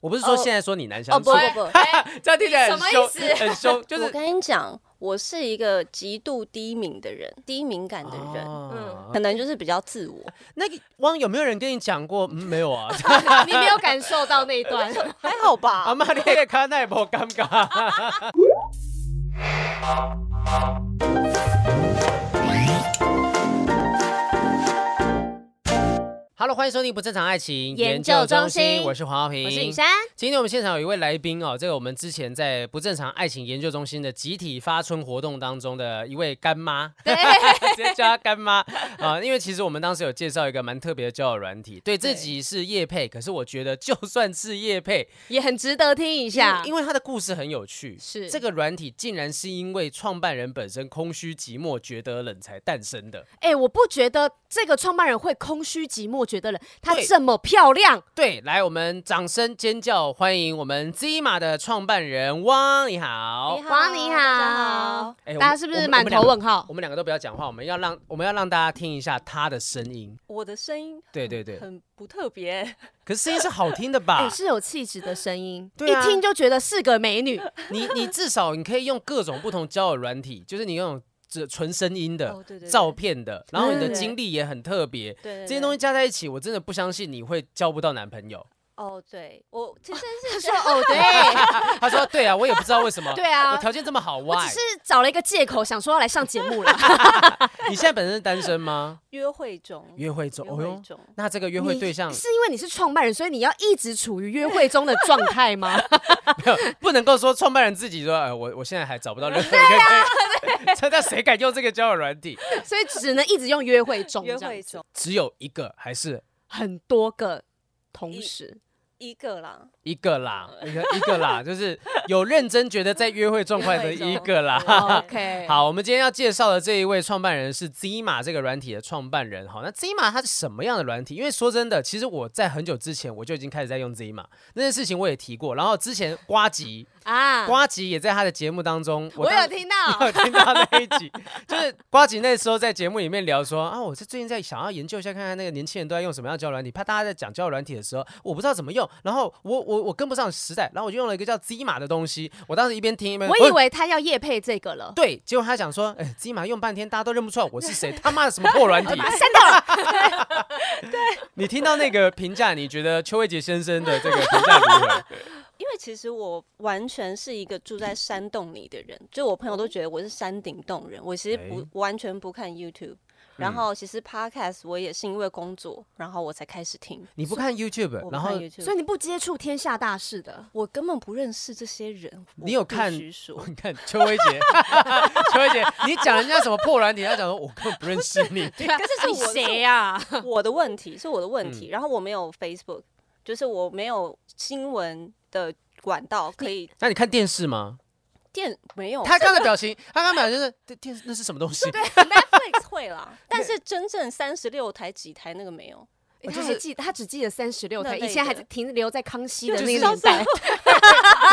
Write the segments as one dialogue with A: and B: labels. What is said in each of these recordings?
A: 我不是说
B: 哦
A: 现在说你难相
B: 哦
A: 处，
B: 不不不，
C: 哎
A: 这样听起来很
C: 什么意
A: 凶，
C: 思
A: 很 凶，就
B: 我
A: 是
B: 跟你讲，我是一个极度低敏的人，低敏感的人，
A: 哦
C: 嗯
B: 可能就是比较自我。
A: 那个汪有没有人跟你讲过？嗯，没有啊。
C: 你没有感受到那一段。
B: 还好
A: 阿
B: 吧，
A: 妈，你也看那也不尴尬。Hello，欢迎收听《不正常爱情
C: 研究中心
A: 我是黄浩平，
C: 我是雨珊，
A: 今天我们现场有一位来宾哦，这个我们之前在不正常爱情研究中心的集体发春活动当中的一位干妈，
C: 对
A: 直接叫她干妈啊、因为其实我们当时有介绍一个蛮特别的交友软体，对，这
C: 对
A: 集是叶配，可是我觉得就算是叶配，
C: 也很值得听一下
A: 因为。因为他的故事很有趣，
C: 是
A: 这个软体竟然是因为创办人本身空虚寂寞觉得冷才诞生的，
C: 哎、我不觉得这个创办人会空虚寂寞，觉得冷。她
A: 对
C: 这么漂亮，
A: 对，来，我们掌声尖叫欢迎我们 Z 马的创办人汪，你好，
B: 你好
C: 王你
B: 大家
C: 好
B: 好，
A: 哎我们
C: 大家是不
A: 我
C: 是
A: 们
C: 满头问号？
A: 我们两个都不要讲话，我们要让我们要让大家听一下他的声音。
B: 我的声音
A: 对对对，
B: 很不 特别，
A: 可是声音是好听的
C: 哎、
A: 吧？
C: 是有气质的声音，
A: 对啊
C: 一听就觉得是个 美女。
A: 你你至少你可以用各种不同交友软体，就是你用这纯声音的、
B: 哦对对对
A: 照片的，然后你的
C: 对对对
A: 经历也很特别。
B: 对
A: 这些东西加在一起，我真的不相信你会交不到男朋友。
B: 哦，对我其实 是
C: 她说：“哦，对，
A: 他说：“对啊，我也不知道为什 么。
C: 对啊
A: 我条件这么好
C: 我只
A: ，why？
C: 是找了一个借口，想说要来上节目了。
A: 你现在本身是单身吗？
B: 约会中，
A: 约会中，
B: 约
A: 哦
B: 会
A: 哟，
B: 中，
A: 那这个约会对象
C: 你是因为你是创办人，所以你要一直处于约会中的状态 吗？
A: 没有不能够说创办人自己说，呃，我我现在还找不到任何一个可 以，这那谁敢用这个交友软体？
C: 所以只能一直用约会
A: 哦
C: 中，
B: 约
C: 这样
B: 会
C: 子
B: 中
A: 只有一个还是
C: 很多个同时。
B: 一个啦，
A: 一个 啦，一个一个啦，就是有认真觉得在约会状态的一个 啦。
C: 哦
B: 约会中
C: OK，，
A: 好，我们今天要介绍的这一位创办人是 Zima 这个软体的创办人。好，那 Zima 它是什么样的软体？因为说真的，其实我在很久之前我就已经开始在用 Zima 那件事情，我也提过。然后之前瓜吉，
C: 啊，
A: 瓜吉也在他的节目当中，
C: 我
A: 当
C: 有听 到，
A: 有听到那一集， 就是瓜吉那时候在节目里面聊说啊，我是最近在想要研究一下，看看那个年轻人都在用什么样的交友软体，怕大家在讲交友软体的时候，我不知道怎么用，然后我我我跟不上时代，然后我就用了一个叫 Z 码的东西，我当时一边 听一边，
C: 我以
A: 呃
C: 为他要夜配这个了，
A: 对，结果他讲说，哎、z 码用半天，大家都认不出来我是谁，他妈的什么破 软体！
C: 删掉啊了。
A: 你听到那个评价，你觉得邱慧杰先生的这个评价如何？
B: 因为其实我完全是一个住在山洞里的人，就我朋
A: 哦
B: 友都觉得我是山顶洞人。我其实不、
A: 哎
B: 完全不看 YouTube，然
A: 嗯
B: 后其实 Podcast 我也是因为工作，然后我才开始听。
A: 你不 看 YouTube，
B: 我不
A: 然
B: 看
A: 后
B: YouTube，
C: 所以你不接触天下大事的，
B: 我根本不认识这些人。我
A: 你有
B: 必
A: 看
B: 须说
A: 你看邱薇姐，邱薇姐，你讲人家什么破软体，他讲说我根本不认识你。
C: 可
B: 是
C: 你
B: 我是
C: 啊哎谁啊呀？
B: 我的问题是我的问
A: 嗯
B: 题，然后我没有 Facebook，就是我没有新闻的管道可以
A: 那你看电视吗？
B: 电没有。
A: 他刚才表情，他刚才表情就是电电视那是什么东西？
B: Netflix 会啦，但是真正三十六台几台那个没有。
C: 欸
A: 就
C: 他
A: 是
C: 还记，他只记得三十六台，
B: 那类
C: 以前还
B: 的
C: 停留在康熙的
A: 就
C: 那
A: 是
C: 个年代。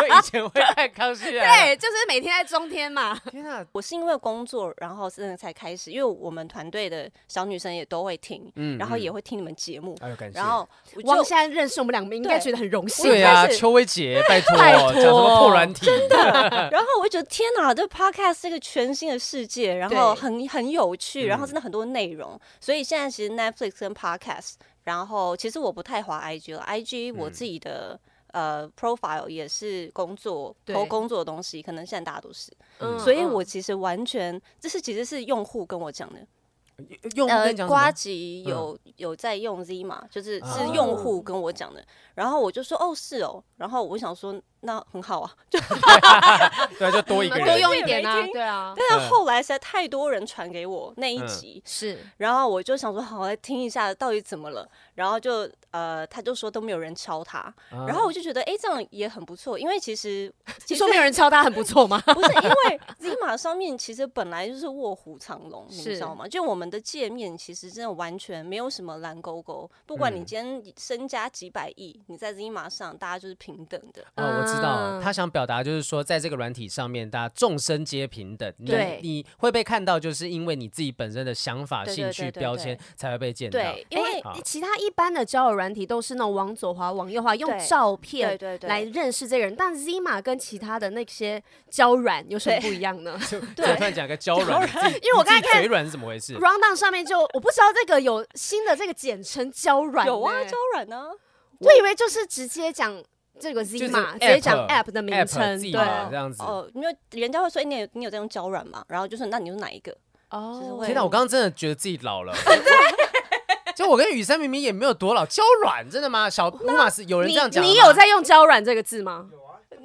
A: 我以前会看康熙来了。
C: 对，就是每天在中天嘛。
A: 啊天啊，
B: 我是因为工作，然后真的才开始，因为我们团队的小女生也都会听，
A: 嗯
B: 然后
A: 嗯
B: 也会听你们节目，
A: 哎呦，感谢。
B: 然后我
C: 汪
B: 就
C: 现在认识我们两个，应该
B: 对
C: 觉得很荣幸。
A: 对啊，
B: 我一开始
A: 邱薇姐，拜托，
C: 拜
A: 讲
C: 托
A: 什么破软体？呃
B: 然后我就觉得天哪，这 podcast 是一个全新的世界，然后
C: 对
B: 很很有趣，然后
A: 嗯
B: 真的很多内容，所以现在其实 Netflix 跟 podcast，然后其实我不太滑 IG 了，IG 我
A: 嗯
B: 自己的。呃，profile 也是工作，
C: 对
B: 投工作的东西，可能现在大家都是，
A: 嗯
B: 所以我其实完全，这是其实是用户跟我讲的，
A: 用户
B: 呃
A: 跟你，讲什
B: 瓜
A: 么？嗯
B: 吉有、有在用 Z 嘛，就是
A: 啊
B: 是用户跟我讲的，然后我就说哦是哦，然后我想说那很好啊，
A: 对，啊就多一个
C: 嗯
A: 人。
C: 多用一点
B: 我也
C: 啊，
B: 没听
C: 对啊，
B: 但是后来实在太多人传给我那
A: 嗯
B: 一集，
C: 是
B: 然后我就想说好来听一下到底怎么了，然后就呃他就说都没有人敲他，
A: 啊
B: 然后我就觉得哎、诶这样也很不错，因为 其实其实
C: 你说没有人敲他很不错吗？
B: 不是因为 Z 马上面其实本来就是卧虎藏龙，你
C: 是
B: 知道吗？就我们们的界面其实真的完全没有什么蓝勾勾，不管你
A: 嗯
B: 今天身家几百亿，你在 Zima 上大家就是平等的。
A: 哦，我知道了，
C: 嗯
A: 他想表达就是说，在这个软体上面，大家众生皆平等。你
C: 对
A: 你会被看到，就是因为你自己本身的想法、
B: 对对
A: 兴
B: 对
A: 趣、
B: 对
A: 标
B: 对
A: 签才会被见到。
B: 对，因
C: 因
B: 为、
C: 为
A: 好
C: 其他一般的交友软体都是那种往左滑、往右滑，用
B: 对
C: 照
B: 对
C: 片
B: 对对，
C: 来认识这个人。但 Zima 跟其他的那些交软有什么
B: 对
C: 不一样呢
A: 就就
B: 对
A: 突然讲个娇 软，因
C: 因为我刚才看
A: 嘴软是怎么回事？
C: ？Round 上面就我不知道这个有新的这个简称交软呢，
B: 有啊，招软呢、
C: 我以为就是直接讲这个
A: 是
C: Zima，直
A: app，
C: 接讲 App 的名
A: app
C: 称，
A: 自己
C: 对，
A: 嘛啊这样子。
B: 哦，因为人家会说，哎，你有你有在用胶软嘛？然后就是，那你是哪一个？就是
C: 哦
B: 会
A: 天哪，我刚刚真的觉得自己老 了。就我跟雨珊明明也没有多老，娇软真的吗？小乌马是有人
C: 你
A: 这样讲的吗，
C: 你有在用交软这个字吗？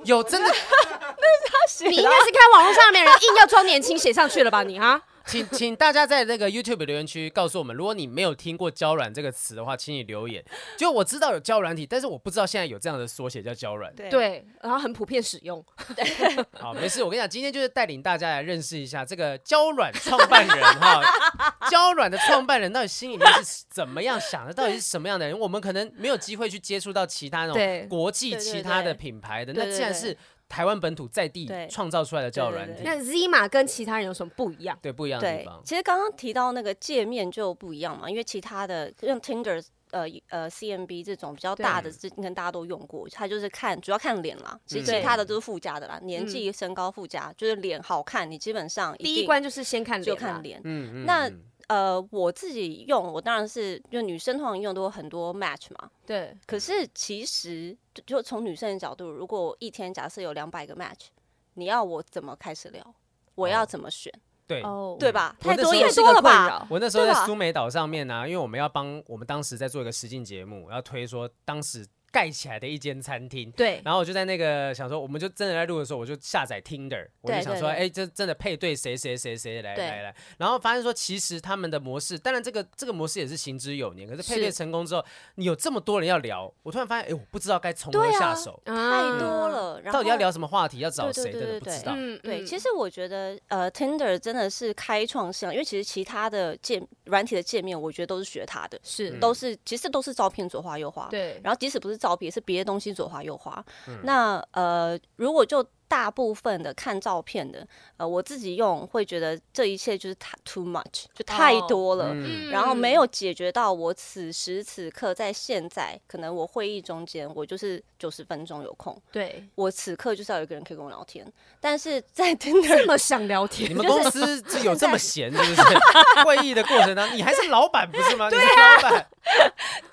A: 有真的，
C: 你应该是看网络上面人硬要装年轻写上去了吧？你哈，
A: 请请大家在那个 YouTube 留言区告诉我们，如果你没有听过“娇软”这个词的话，请你留言。就我知道有娇软体，但是我不知道现在有这样的缩写叫娇软。
B: 对
C: 对，然后很普遍使用。
A: 好，没事，我跟你讲，今天就是带领大家来认识一下这个娇软创办人哈，娇软的创办人到底心里面是怎么样想的，到底是什么样的人？我们可能没有机会去接触到其他那
C: 对
A: 种国际
B: 对对
A: 其他的
B: 对
A: 品牌的，
B: 对
A: 那
B: 对
A: 既然
B: 对
A: 是台湾本土在地
B: 对
A: 创造出来的
B: 对
A: 娇
B: 对
A: 软
B: 对
A: 体，
C: 那 Zima 跟其他人有什么不一样？
A: 对不一样的地
B: 对
A: 方，。
B: 其实刚刚提到那个界面就不一样嘛，因为其他的像 Tinder 呃呃 CMB 这种比较大的，这应该大家都用过，它就是看主要看脸啦，其
A: 嗯
B: 实其他的都是附加的啦，年纪、身高附加，就是脸好看，你基本上
C: 嗯第
B: 定
C: 一关就是先看脸
B: 就
C: 啦，
B: 看脸。
A: 嗯嗯，
B: 那
A: 嗯
B: 呃，我自己用，我当然是就女生通常用都有很多 match 嘛，
C: 对，
B: 可是其实就就从女生的角度，如果我一天假设有两百个 match，你要我怎么开始聊？我要怎么选？
A: 对。
C: 哦，
B: 对吧？
A: 我那
B: 太多
A: 时候
B: 也
C: 太
B: 是
C: 多
B: 个
C: 了
B: 困
C: 吧
B: 扰？
A: 我那时候
B: 对
A: 在
B: 吧
A: 苏梅岛上面呢、啊因为我们要帮我们当时在做一个实境节目，要推说当时盖起来的一间餐厅。
C: 对，
A: 然后我就在那个想说，我们就真的在录的时候，我就下载 Tinder，我就
B: 对
A: 想
B: 对
A: 说，
B: 对
A: 哎，这真的配对谁谁谁谁来
B: 对
A: 来来，然后发现说，其实他们的模式，当然这个这个模式也是行之有年，可是配对
C: 是
A: 成功之后，你有这么多人要聊，我突然发现，哎，我不知道该从何
B: 对啊
A: 下手，
B: 太
C: 太
B: 多，了，然后
A: 到底要聊什么话题，要找
B: 对对
A: 谁，
B: 对
A: 真的
B: 对
A: 不
B: 对
A: 知道。
C: 嗯，
B: 对，其
C: 实
B: 实我觉得，呃，Tinder 真的是开创性，因为其实其他的界软体的界面，我觉得都是学它的，
C: 是
B: 都是其实都是照片左滑右滑，
C: 对，
B: 然后即使不是照片，也是别的东西左滑右滑。那呃，如果就大部分的看照片的，呃，我自己用会觉得这一切就是太 too much，就太
C: 哦
B: 多了。
A: 嗯，
B: 然后没有解决到我此时此刻在现在，可能我会议中间，我就是九十分钟有空，
C: 对，
B: 我此刻就是要有一个人可以跟我聊天。但是在
C: 这
B: Tinder，
C: 么想聊天，
A: 你们
B: 就是
A: 公司是有这么闲，是不是？会议的过程当中，你还是老板不是吗？你是
B: 啊
A: 老板，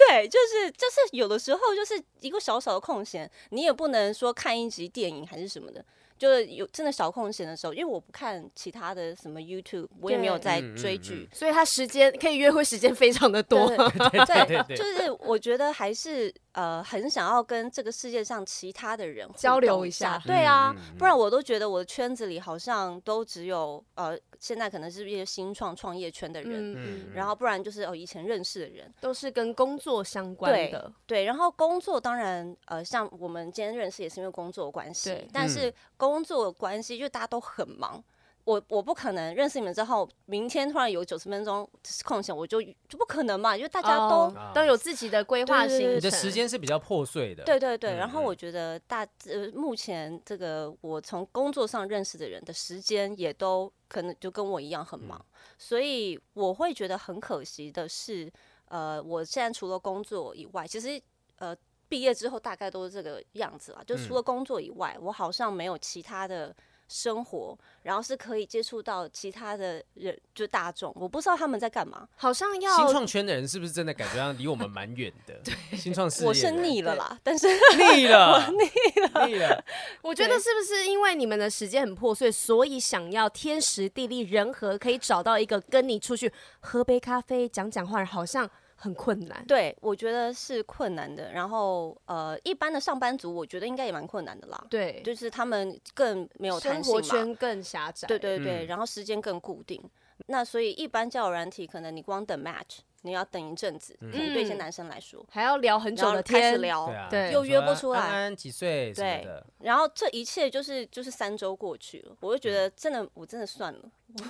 B: 对，就是就是有的时候就是一个小小的空闲，你也不能说看一集电影还是什么的。就是有真的小空闲的时候，因为我不看其他的什么 YouTube，我也没有
C: 对
B: 在
A: 嗯嗯
B: 追
A: 嗯
B: 剧，
C: 所以他时间可以约会时间非常的多
B: 对，
A: 嗯对对对
B: 就是我觉得还是呃很想要跟这个世界上其他的人互
C: 交流
B: 动
C: 一
B: 一
C: 下
B: 对啊
A: 嗯嗯，嗯
B: 不然我都觉得我的圈子里好像都只有呃现在可能是一些新创创业圈的人，
C: 嗯，
A: 嗯
B: 然后不然就是哦以前认识的人。
C: 都是跟工作相关的，
B: 对，然后工作当然呃像我们今天认识也是因为工作的关系
C: 对，
B: 但是
A: 嗯
B: 工作的关系就大家都很忙。我我不可能认识你们之后，明天突然有九十分钟空闲，我就就不可能嘛，因为大家都、
C: 哦都有自己的规
B: 对
C: 划
B: 对
C: 行
B: 对
C: 程，
A: 啊你的时间是比较破碎的。
B: 对对对，
A: 嗯
B: 然后
A: 嗯
B: 我觉得大呃，目前这个我从工作上认识的人的时间也都可能就跟我一样很忙，
A: 嗯
B: 所以我会觉得很可惜的是，呃，我现在除了工作以外，其实呃毕业之后大概都是这个样子啦，就
A: 嗯
B: 除了工作以外，我好像没有其他的。生活，然后是可以接触到其他的人，就大众，我不知道他们在干嘛，
C: 好像要
A: 新创圈的人是不是真的感觉上离我们蛮远 的？对，新创事业
B: 我是
A: 的人
B: 腻了啦，但是
A: 腻 了，腻了，腻了。
C: 我觉得是不是因为你们的时间很破碎，所以想要天时地利人和，可以找到一个跟你出去喝杯咖啡、讲讲话，好像很困难。
B: 对，我觉得是困难的。然后呃，一般的上班族，我觉得应该也蛮困难的啦。
C: 对，
B: 就是他们更没有
C: 生
B: 弹性
C: 活
B: 嘛，
C: 圈更狭窄。
B: 对对对，
A: 嗯
C: 嗯
B: 然后时间更固定。那所以一般交友软体，可能你光等 match，你要等一阵子，可能对一些男生来说，
C: 还要聊嗯很
B: 然
C: 久
B: 后
C: 的
B: 开始
C: 天，
B: 聊，
A: 嗯对啊，
C: 对
A: 比
B: 又
A: 如
B: 约
A: 说
B: 不出来
A: 安安几岁什么
B: 对
A: 的，
B: 然后这一切就是就是三周过去了，我就
C: 嗯
B: 觉得真的我真的算了，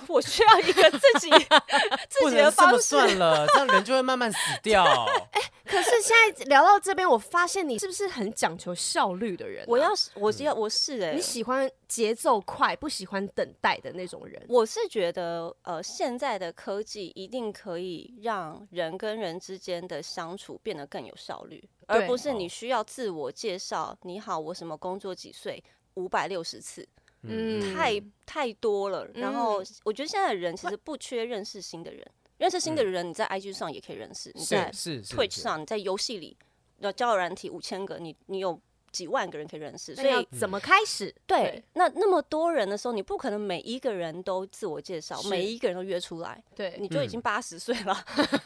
B: 我 需要一个自 己自
A: 不
B: 己
A: 能
B: 的
A: 这么
B: 方式。
A: 算了，这样人就会慢慢死掉。
C: 可是现在聊到这边，我发现你是不是很讲求效率的人啊、
B: 我要是我是要我是哎、
C: 你喜欢节奏快，不喜欢等待的那种人。
B: 我是觉得呃现在的科技一定可以让人跟人之间的相处变得更有效率，而
C: 对
B: 不是
A: 哦
B: 你需要自我介绍，你好，我什么工作几岁。五百六十次，
C: 嗯，
B: 太太多了。然后
C: 嗯
B: 我觉得现在的人其实不缺认识新的人，认识新的人，你在 IG 上也可以认识，你在
A: 是是是
B: Twitch
A: 是
B: 上，你在游戏里，那交友软体五千个，你你有几万个人可以认识，所
C: 所以要
B: 以
C: 怎么开始？
B: 对，那那么多人的时候，你不可能每一个人都自我介绍，
C: 是
B: 每一个人都约出来，
C: 对，
B: 你就已经八十岁了，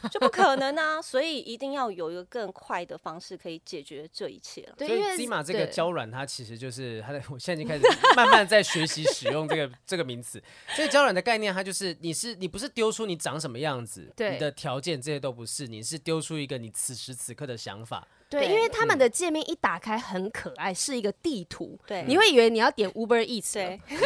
B: 就不可能啊！所以一定要有一个更快的方式可以解决这一切了。
C: 对，
A: 所
C: 因
A: 以
C: 为
A: Zima 这个
C: 对
A: 胶软，它其实就是它的，我现在已经开始 慢慢在学习使用这个 这个名词。这个胶软的概念，它就是你是你不是丢出你长什么样子，
C: 对
A: 你的条件这些都不是，你是丢出一个你此时此刻的想法。
C: 对，
B: 对
C: 因为他
A: 嗯
C: 们的界面一打开很可爱，是一个地图。
B: 对
C: 嗯你会以为你要点 Uber Eats，了
B: 对，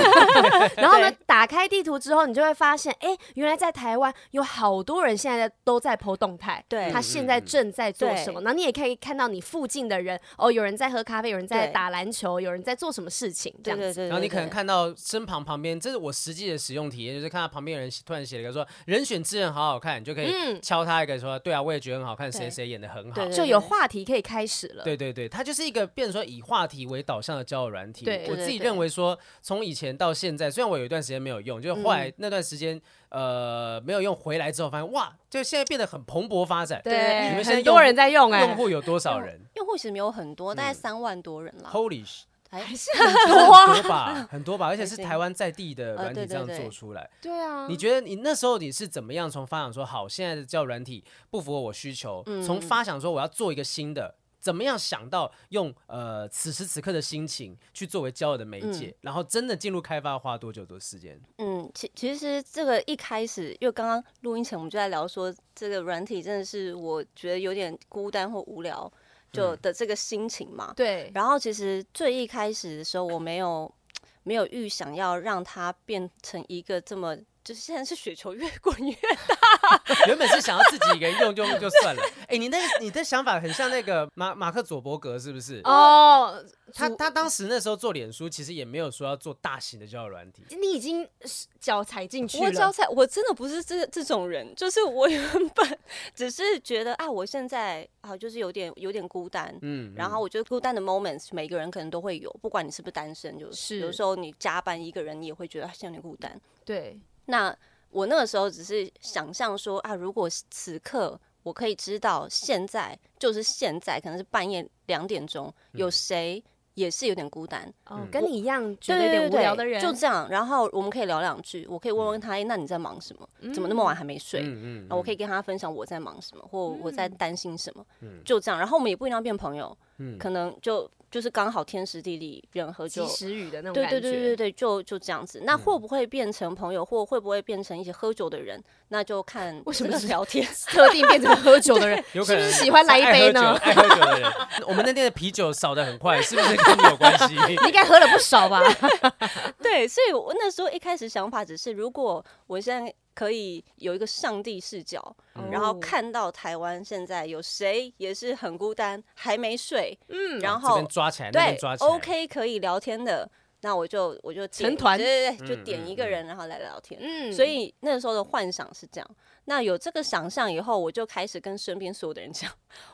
C: 然后呢
B: 对，
C: 打开地图之后，你就会发现，哎，原来在台湾有好多人现在都在 PO 动态，
B: 对嗯
C: 他现在正在做什么，
B: 对
C: 然后你也可以看到你附近的人，哦，有人在喝咖啡，有人在
B: 对
C: 打篮球，有人在做什么事情，
B: 对
C: 这样
B: 对
C: 子。
B: 对，
A: 然后你
B: 对
A: 可能
B: 对
A: 看到身旁旁边，这是我实际的使用体验，就是看到旁边有人突然写了一个说“人选之人好好看”，你就可以
C: 嗯
A: 敲他一个说：“对啊，我也觉得很好看，谁
B: 对
A: 谁演的很好
B: 对。”对
C: 就有话题可以开始了。
A: 对对对，它就是一个变成说以话题为导向的交友软体。
C: 对
A: 我
B: 对
A: 自己
B: 对
A: 认为说，从以前到现在，虽然我有一段时间没有用，就是后
B: 嗯
A: 来那段时间、呃没有用，回来之后发现哇，就现在变得很蓬勃发展。
C: 对，
A: 你们现在
C: 很多
A: 用
C: 人在用哎、
A: 用户有多少人
B: 用户其实没有很多，大概三万多人啦，哎
A: ？Holy shit，
B: 还是
A: 很多吧，很多吧，而且是
B: 对对
A: 台湾在地的
B: 呃
A: 软体
B: 对
A: 这样
B: 对对
A: 做出来。
C: 对
B: 嗯
C: 啊，
A: 你觉得你那时候你是怎么样从发想说好现在的教软体不符合我需求，从、
B: 嗯
A: 发想说我要做一个新的，怎么样想到用呃此时此刻的心情去作为交友的媒介，然后真的进入开发花多久的时间？
B: 嗯，其其实这个一开始，因为刚刚录音前我们就在聊说，这个软体真的是我觉得有点孤单或无聊就的这个心情嘛。
C: 对，
B: 然后其实最一开始的时候，我没有没有预想要让它变成一个这么。就是现在是雪球越滚越
A: 原本是想要自己一个人用就就算了，哎、你那个你的想法很像那个马马克佐伯格是不是？
C: 哦，
A: 他
C: 主
A: 他当时那时候做脸书，其实也没有说要做大型的交友软体，
C: 你已经是脚踩进去
B: 我
C: 了
B: 教，菜，我真的不是这这种人，就是我原本只是觉得啊，我现在啊就是有点有点孤单，
A: 嗯，
B: 然后我觉得孤单的 moments，每个人可能都会有，不管你是不是单身，就是有时候你加班一个人，你也会觉得啊现在有点孤单。
C: 对，
B: 那我那个时候只是想象说啊，如果此刻我可以知道现在就是现在，可能是半夜两点钟，有谁也是有点孤单，
C: 哦
A: 嗯，
C: 跟你一样觉得
B: 对对
C: 有点无
B: 对
C: 聊的人，
B: 就这样。然后我们可以聊两句，我可以问问他，哎，那你在忙什么？怎么那么晚还没睡？
A: 嗯嗯嗯
B: 然后我可以跟他分享我在忙什么，或我
C: 嗯
B: 在担心什么，
A: 嗯
B: 就这样。然后我们也不一定要变朋友，可能就就是刚好天时地利人和就
C: 及。时雨的那种
B: 对
C: 感觉，
B: 对对对对，就就这样子。那会不会变成朋友，或会不会变成一起喝酒的人，那就看
C: 为什么
B: 这个
C: 是
B: 聊天。
C: 特定变成喝酒 的人，
A: 有可
C: 是不
A: 能
C: 是喜欢来一杯呢？
A: 爱喝酒爱喝酒的人，我们那天的啤酒少的很快，是不是跟你有关系？
C: 你应该喝了不少吧？
B: 对，所以我那时候一开始想法只是，如果我现在可以有一个上帝视角， 然后
C: 哦
B: 看到台湾现在有谁也是很孤单，还没睡，嗯，然
A: 哦这
B: 后
A: 边抓起来，那
B: 对
A: 边抓起来。
B: ，OK 可以聊天的，那我就我就
C: 成
B: 点
C: 团
B: 对对对，就
A: 嗯
B: 点
A: 嗯
B: 一个
A: 嗯
B: 人然后来聊天。
C: 嗯，
B: 所以那时候的幻想是这样。那有这个想象以后，我就开始跟身边所有的人讲，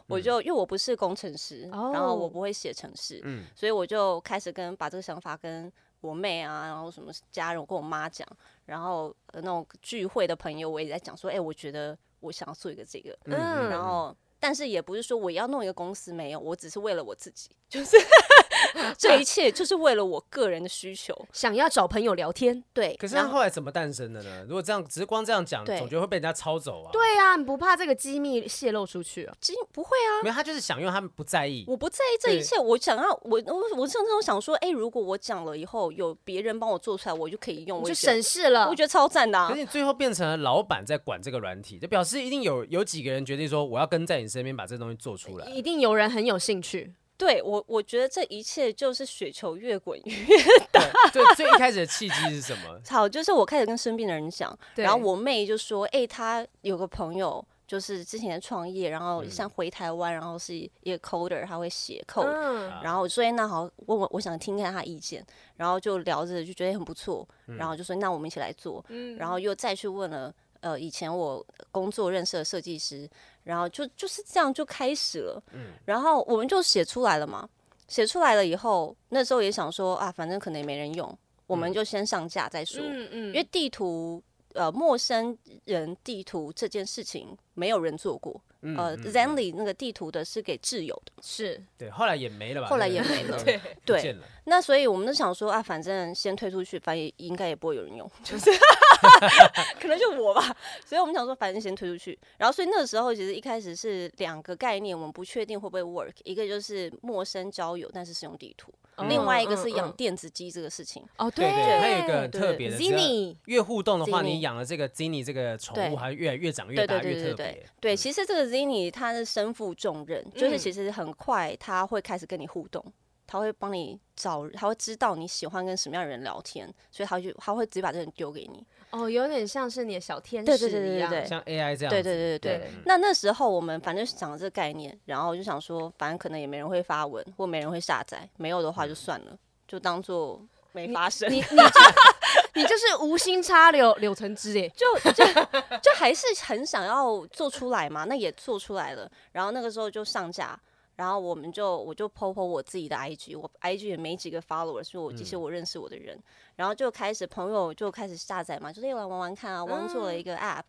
B: 我就因为我不是工程师，
C: 哦
B: 然后我不会写程式，
A: 嗯
B: 所以我就开始跟把这个想法跟我妹啊，然后什么家人，我跟我妈讲，然后呃那种聚会的朋友，我也在讲说，哎、我觉得我想要做一个这个，
C: 嗯
B: 然后。但是也不是说我要弄一个公司，没有，我只是为了我自己，就是 这一切就是为了我个人的需求。
C: 想要找朋友聊天。
B: 对，
A: 可是
B: 然
A: 他
B: 后
A: 后来怎么诞生的呢？如果这样，只是光这样讲，
B: 对
A: 总觉得会被人家抄走啊。，
C: 对啊，你不怕这个机密泄露出去啊？
B: 其实不会啊，
A: 没有，他就是想用，他们不在意。
B: 我不在意这一
A: 对
B: 切，我想要我我我甚至都想说，哎、如果我讲了以后有别人帮我做出来，我就可以用，
C: 你
B: 我
C: 就
B: 也觉得
C: 省事了
B: 我。觉得超赞的、啊
A: 可是。你最后变成了老板在管这个软体，就表示一定有有几个人决定说，我要跟在你身边把这东西做出来。
C: 一定有人很有兴趣，
B: 对我，我觉得这一切就是雪球越滚越
A: 对，最一开始的契机是什么？
B: 好。就是我开始跟身边的人讲，
C: 对
B: 然后我妹就说，哎、她有个朋友。就是之前创业，然
C: 嗯
B: 后像回台湾，然后是一个 coder，他会写 code，、
C: 嗯，
B: 然后所以那好，问我我想听看他意见，然后就聊着就觉得很不错，然后就说那我们一起来做，然后又再去问了呃以前我工作认识的设计师，然后就就是这样就开始了，然后我们就写出来了嘛，写出来了以后，那时候也想说啊，反正可能也没人用，我们就先上架再说，
C: 嗯嗯，
B: 因为地图。呃，陌生人地图这件事情没有人做过。呃，Zenly 那个地图的是给挚友的。
C: 是
A: 对，后来也没了吧？
B: 后来
A: 那个
B: 也没了
A: 对，不见了。
B: 那所以我们就想说啊，反正先推出去，反正也应该也不会有人用， 就是可能就我吧。所以我们想说，反正先推出去。然后所以那个时候其实一开始是两个概念，我们不确定会不会 work。一个就是陌生交友，但是使用地图；
C: 嗯
B: 另外一个是养
C: 嗯嗯
B: 电子鸡这个事情。
C: 哦，
A: 对对，它有一个很
C: 对
A: 特别的只要
C: Zini
A: 越互动的话，
B: Zinni
A: 你养了这个 Zinni 这个宠
B: 对
A: 物，还越来越长越
B: 对
A: 大，
B: 对
A: 越
B: 对
A: 特
B: 对
A: 别嗯
B: 对。对，其实这个 Zini 他是身负重任，就是
C: 嗯
B: 其实很快他会开始跟你互动，他会帮你找，他会知道你喜欢跟什么样的人聊天，所以他就他会直接把这个人丢给你。
C: 哦，有点像是你的小天
B: 对
C: 使
B: 对对
C: 一
B: 对
C: 样，
B: 对对
A: 像 AI 这样子。嗯
B: 对对对对对。
C: 对
B: 那那时候我们反正是讲了这个概念，然后就想说，反正可能也没人会发文，或没人会下载，没有的话就算了，就当做没发生。
C: 你你就你就是无心插柳柳橙汁哎，
B: 就就就还是很想要做出来嘛，那也做出来了，然后那个时候就上架。然后我们就我就 po po 我自己的 IG，我 IG 也没几个 follower，所以我这些我认识我的人，然后就开始朋友就开始下载嘛，就是哎玩玩玩看啊，我刚做了一个 app，、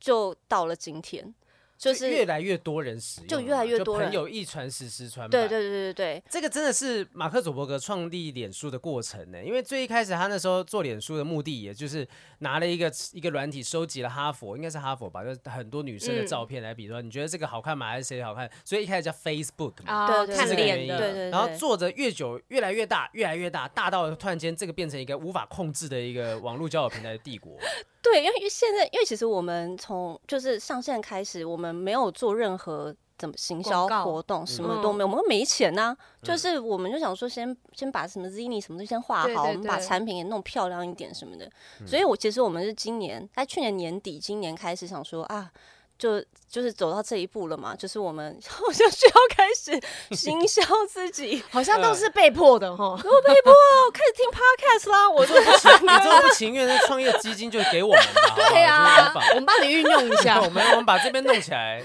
B: 就到了今天，就是
A: 越来越多人使用了嘛，
B: 就越来越多人
A: 朋友一传十，十传百。
B: 对对对对对，
A: 这个真的是马克·佐伯格创立脸书的过程呢，因为最一开始他那时候做脸书的目的，也就是拿了一个一个软体，收集了哈佛，应该是哈佛吧，就是很多女
B: 嗯
A: 生的照片来比说，你觉得这个好看吗？还是谁好看？所以一开始叫 Facebook 嘛，
C: 啊
B: 对对对
C: 看
A: 是这个原
C: 脸
A: 因
C: 的，
B: 对对对
A: 然后做着越久越来越大，越来越大，大到突然间这个变成一个无法控制的一个网络交友平台的帝国。
B: 对，因为因为现在，因为其实我们从就是上线开始，我们没有做任何怎么行销
C: 广告
B: 活动，什么都没有，我们没钱呐、就是我们就想说先，先把什么 Zini 什么都先画好，
C: 对对
B: 我们把
C: 对
B: 产品也弄漂亮一点什么的。所以我其实我们是今年，在去年年底，今年开始想说啊。就就是走到这一步了嘛，就是我们 好像需要开始行销自己，
C: 好
A: 嗯
C: 像都是被迫的哈，
A: 哦
B: 我被迫啊我开始听 podcast 啦，我
A: 做不情，你这么不情愿，那创业基金就给我们吧。好不好
C: 对啊
A: 就是无法，
C: 我们帮你运用一 下
A: 我，们我们把这边弄起来。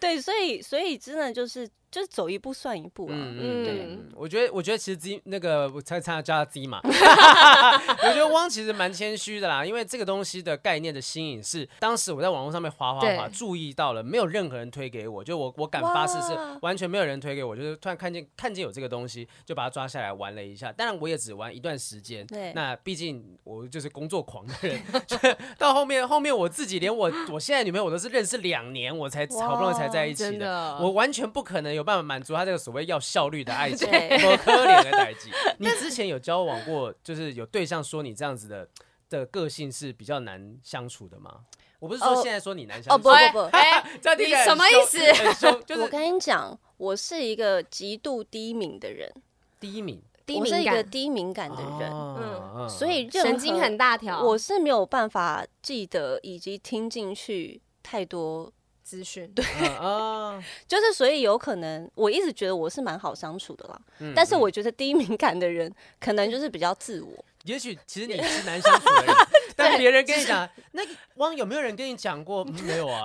B: 对，所以所以真的就是就是走一步算一步啊啦、
A: 嗯嗯，
C: 对
A: 对，我觉得我觉得其实 Z 那个我才才叫他 Z 嘛，我觉得汪其实蛮谦虚的啦，因为这个东西的概念的新颖是当时我在网络上面滑滑滑
C: 对
A: 注意到了，没有任何人推给我，就我我敢发誓是
B: 哇
A: 完全没有人推给我，就是突然看见看见有这个东西就把它抓下来玩了一下，当然我也只玩一段时间，
B: 对
A: 那毕竟我就是工作狂的人， 就到后面后面我自己连我我现在女朋友我都是认识两年我才好不容易才在一起
C: 真的
A: 我完全不可能有办法满足他这个所谓要效率的爱情，
B: 对
A: 我可怜的代 际。你之前有交往过，就是有对象说你这样子的的个性是比较难相处的吗？我不是说
B: 哦
A: 现在说你难相
B: 哦
A: 处，
B: 不
A: 是
B: 会
A: 说
B: 不会
C: 哎，
A: 这样听起来
C: 你什么
A: 很
C: 意
A: 凶
C: 思
A: 很凶就
B: 我
A: 是
B: 跟你讲，我是一个极度低敏的人，
A: 第一名
C: 低
B: 我是
C: 敏
B: 一个
C: 感，
B: 低敏感的人，
A: 嗯
B: 所以任何
C: 神经很大条，
B: 我是没有办法记得以及听进去太多，
C: 资讯 对，
A: 啊，
B: 就是所以有可能我一直觉得我是蛮好相处的啦，
A: 嗯
B: 但是
A: 嗯
B: 我觉得低敏感的人可能就是比较自我，
A: 也许其实你是难相处的 人，但别人跟你讲，那个汪有没有人跟你讲过？嗯没有 啊，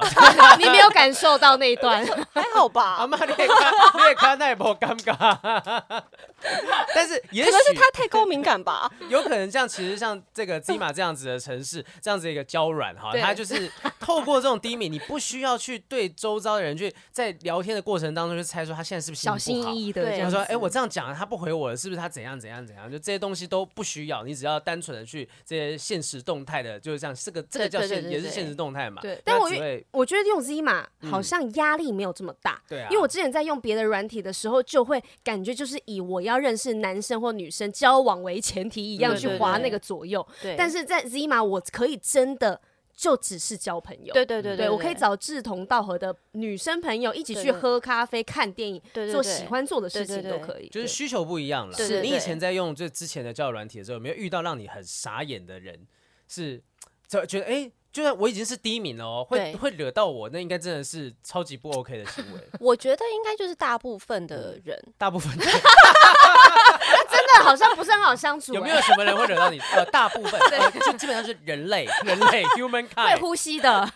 C: 你没有感受到那一段，
B: 还好
A: 阿
B: 吧？
A: 妈你也看你也看那也不尴尬， 但是也许
B: 可能是他太高敏感吧？
A: 有可能像其实像这个 Zima 这样子的城市，这样子一个娇软哈，
C: 对
A: 它就是透过这种低迷，你不需要去对周遭的人去在聊天的过程当中去猜说他现在是不是
C: 小
A: 心
C: 心
A: 情不好。
C: 翼翼的
B: 对
C: 这样
A: 他
C: 子。
A: 说：“哎、我这样讲，他不回我了，是不是他怎样怎样怎样？就这些东西都不需要，你只要单纯的去这些现实动态的，就是这样。这个这个
B: 对
A: 叫
B: 对
A: 现，
B: 对对
A: 也是
B: 对
A: 现实动态嘛。
C: 对
A: 那
C: 但我
A: 只
C: 越
A: 会
C: 我觉得用 Z 码好
A: 嗯
C: 像压力没有这么大。
A: 对啊，
C: 因为我之前在用别的软体的时候，就会感觉就是以我要认识男生或女生交往为前提一样
A: 对
C: 去
A: 对
C: 划
B: 对
C: 那个左右。
B: 对，
C: 但是在 Z 码，我可以真的就只是交朋友。
B: 对对对
C: 对我可以找志同道合的女生朋友一起
B: 对
C: 去
B: 对
C: 喝咖啡、看电影，
B: 对对
C: 做
B: 对
C: 喜欢做的事
B: 对对
C: 情都
B: 对
C: 可以。
A: 就是
C: 对
A: 需求不一样了。
B: 是对
A: 你以
B: 对
A: 前在用就之前的交友软体的时候，有没有遇到让你很傻眼的人？是，就觉得哎、就算我已经是第一名了哦，会
B: 对
A: 会惹到我，那应该真的是超级不 OK 的行 为。
B: 我觉得应该就是大部分的人，
A: 大部分
C: 真的好像不是很好相处、欸，
A: 有
B: 哎
A: 没有什么人会惹 到你？呃，大部分，呃就基本上是人类，人类 human
C: 会
A: kind。
C: 呼吸的？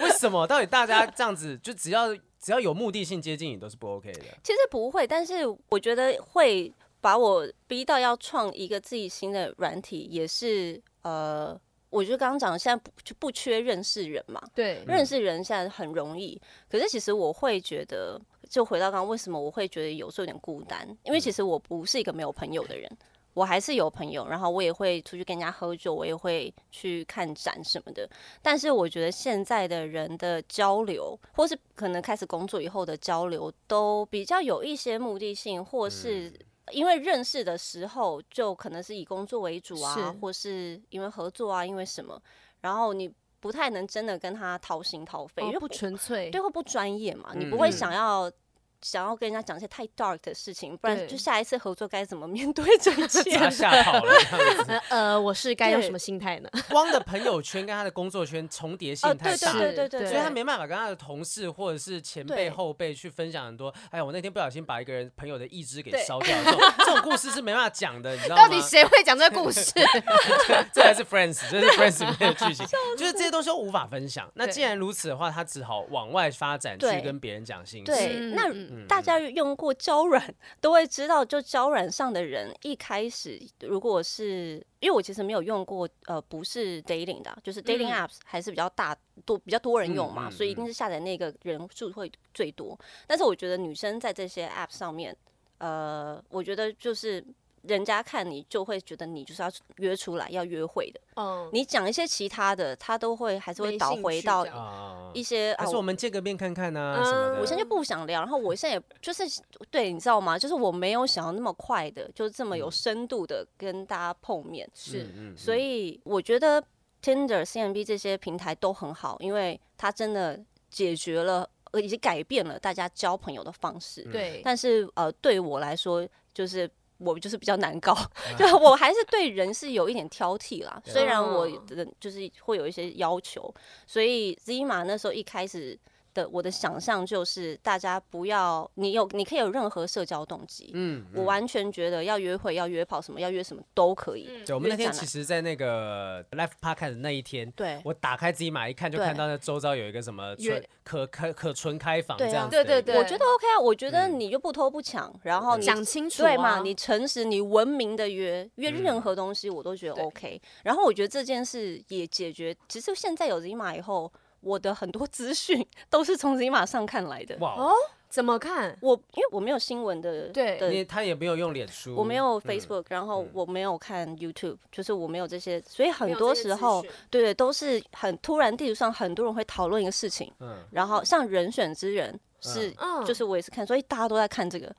A: 为什么？到底大家这样子，就只要只要有目的性接近你，都是不 OK 的。
B: 其实不会，但是我觉得会把我逼到要创一个自己新的软体，也是呃，我就刚刚讲的，现在不就不缺认识人嘛，
C: 对
B: 认识人现在很容易，可是其实我会觉得，就回到刚刚为什么我会觉得有时候有点孤单，因为其实我不是一个没有朋友的人，我还是有朋友，然后我也会出去跟人家喝酒，我也会去看展什么的。但是我觉得现在的人的交流，或是可能开始工作以后的交流，都比较有一些目的性，或是。因为认识的时候，就可能是以工作为主啊，
C: 是
B: 或是因为合作啊，因为什么，然后你不太能真的跟他掏心掏肺，因为
C: 哦不纯粹。
B: 对会不专业嘛，你
A: 嗯
B: 不会
A: 嗯
B: 想要。想要跟人家讲一些太 dark 的事情，不然
C: 对
B: 就下一次合作该怎么面对这 一切
A: 他？吓跑了这样子。
C: 呃呃，我是该用
B: 对
C: 什么心态呢？
A: 光的朋友圈跟他的工作圈重叠性
B: 哦，
A: 太
B: 对
A: 大
B: 对
A: 了。
B: 对对对
C: 所
B: 对，
A: 所以他没办法跟他的同事或者是前辈
B: 对
A: 后辈去分享很多。哎呀，我那天不小心把一个人朋友的义肢给
C: 对
A: 烧掉，这种这种故事是没办法讲的，你知道吗？
C: 到底谁会讲这个故事？
A: 这还是 Friends，这是 Friends 里面的 剧情，就是这些东西都无法分享。那
C: 对
A: 既然如此的话，他只好往外发展，去
B: 对
A: 跟别人讲心事。
B: 对
C: 嗯，
B: 那
C: 嗯
B: 大家用过胶软都会知道，就胶软上的人一开始如果是因为我其实没有用过，呃，不是 dating 的啊，就是 dating
C: 嗯
B: apps 还是比较大多比较多人用
A: 嗯
B: 嘛，
A: 嗯
B: 所以一定是下载那个人数会最多。但是我觉得女生在这些 app 上面，呃，我觉得就是。人家看你就会觉得你就是要约出来要约会的，
C: 嗯，
B: 你讲一些其他的，他都会还是
C: 没
B: 会倒
C: 兴
B: 回
C: 趣
B: 到
C: 这样
A: 啊，
B: 一些啊，
A: 还是
B: 我
A: 我们见个面看看啊
C: 嗯
A: 什么的。
B: 我现在就不想聊，然后我现在也就是对，你知道吗？就是我没有想要那么快的，就是这么有深度的跟大家碰面，
A: 嗯
C: 是
A: 嗯嗯
B: 所以我觉得 Tinder、CMB 这些平台都很好，因为它真的解决了，呃，已经改变了大家交朋友的方式。
C: 对，
B: 但是呃，对我来说，就是我就是比较难 搞，就我还是对人是有一点挑剔啦。
A: 对
B: 虽然我
C: 嗯
B: 的就是会有一些要求，所以 Zima 那时候一开始的我的想象就是，大家不要你有你可以有任何社交动机，
A: 嗯，
B: 我完全觉得要约会、要约跑什么、要约什么都可以。
C: 嗯
A: 对，我们那天
B: 约展
A: 其
B: 览
A: 实，在那个 Live Park 的那一天，
B: 对
A: 我打开自己买一看，就
B: 对
A: 看到那周遭有一个什么
C: 约
A: 纯可可可纯开房这
B: 对啊
A: 样子的一个，
C: 对对对
B: 我觉得 OK 啊，我觉得
A: 嗯
B: 你就不偷不抢，然后你
C: 讲清楚、啊，嗯
B: 对嘛？你诚实，你文明的约约任何东西，我都觉得
C: 对
B: OK。然后我觉得这件事也解决，其实现在有 Zima 以后，我的很多 资讯都是从 Zima 上看来的。
A: 哇，
C: 哦怎么看？
B: 我因为我没有新闻的，
C: 对
B: 的
A: 你他也没有用脸书，
B: 哦我没有
A: 嗯
B: Facebook，、然后
A: 嗯
B: 我没有看 YouTube，就是我没有这些，所以
C: 没
B: 很
C: 有
B: 多
C: 这些
B: 时
C: 资
B: 候
C: 讯，
B: 对对，都是很突然，地图上很多人会讨论一个事情，
A: 嗯，
B: 然后像人选之人是
C: 嗯，
B: 就是我也是看，所以大家都在看这个。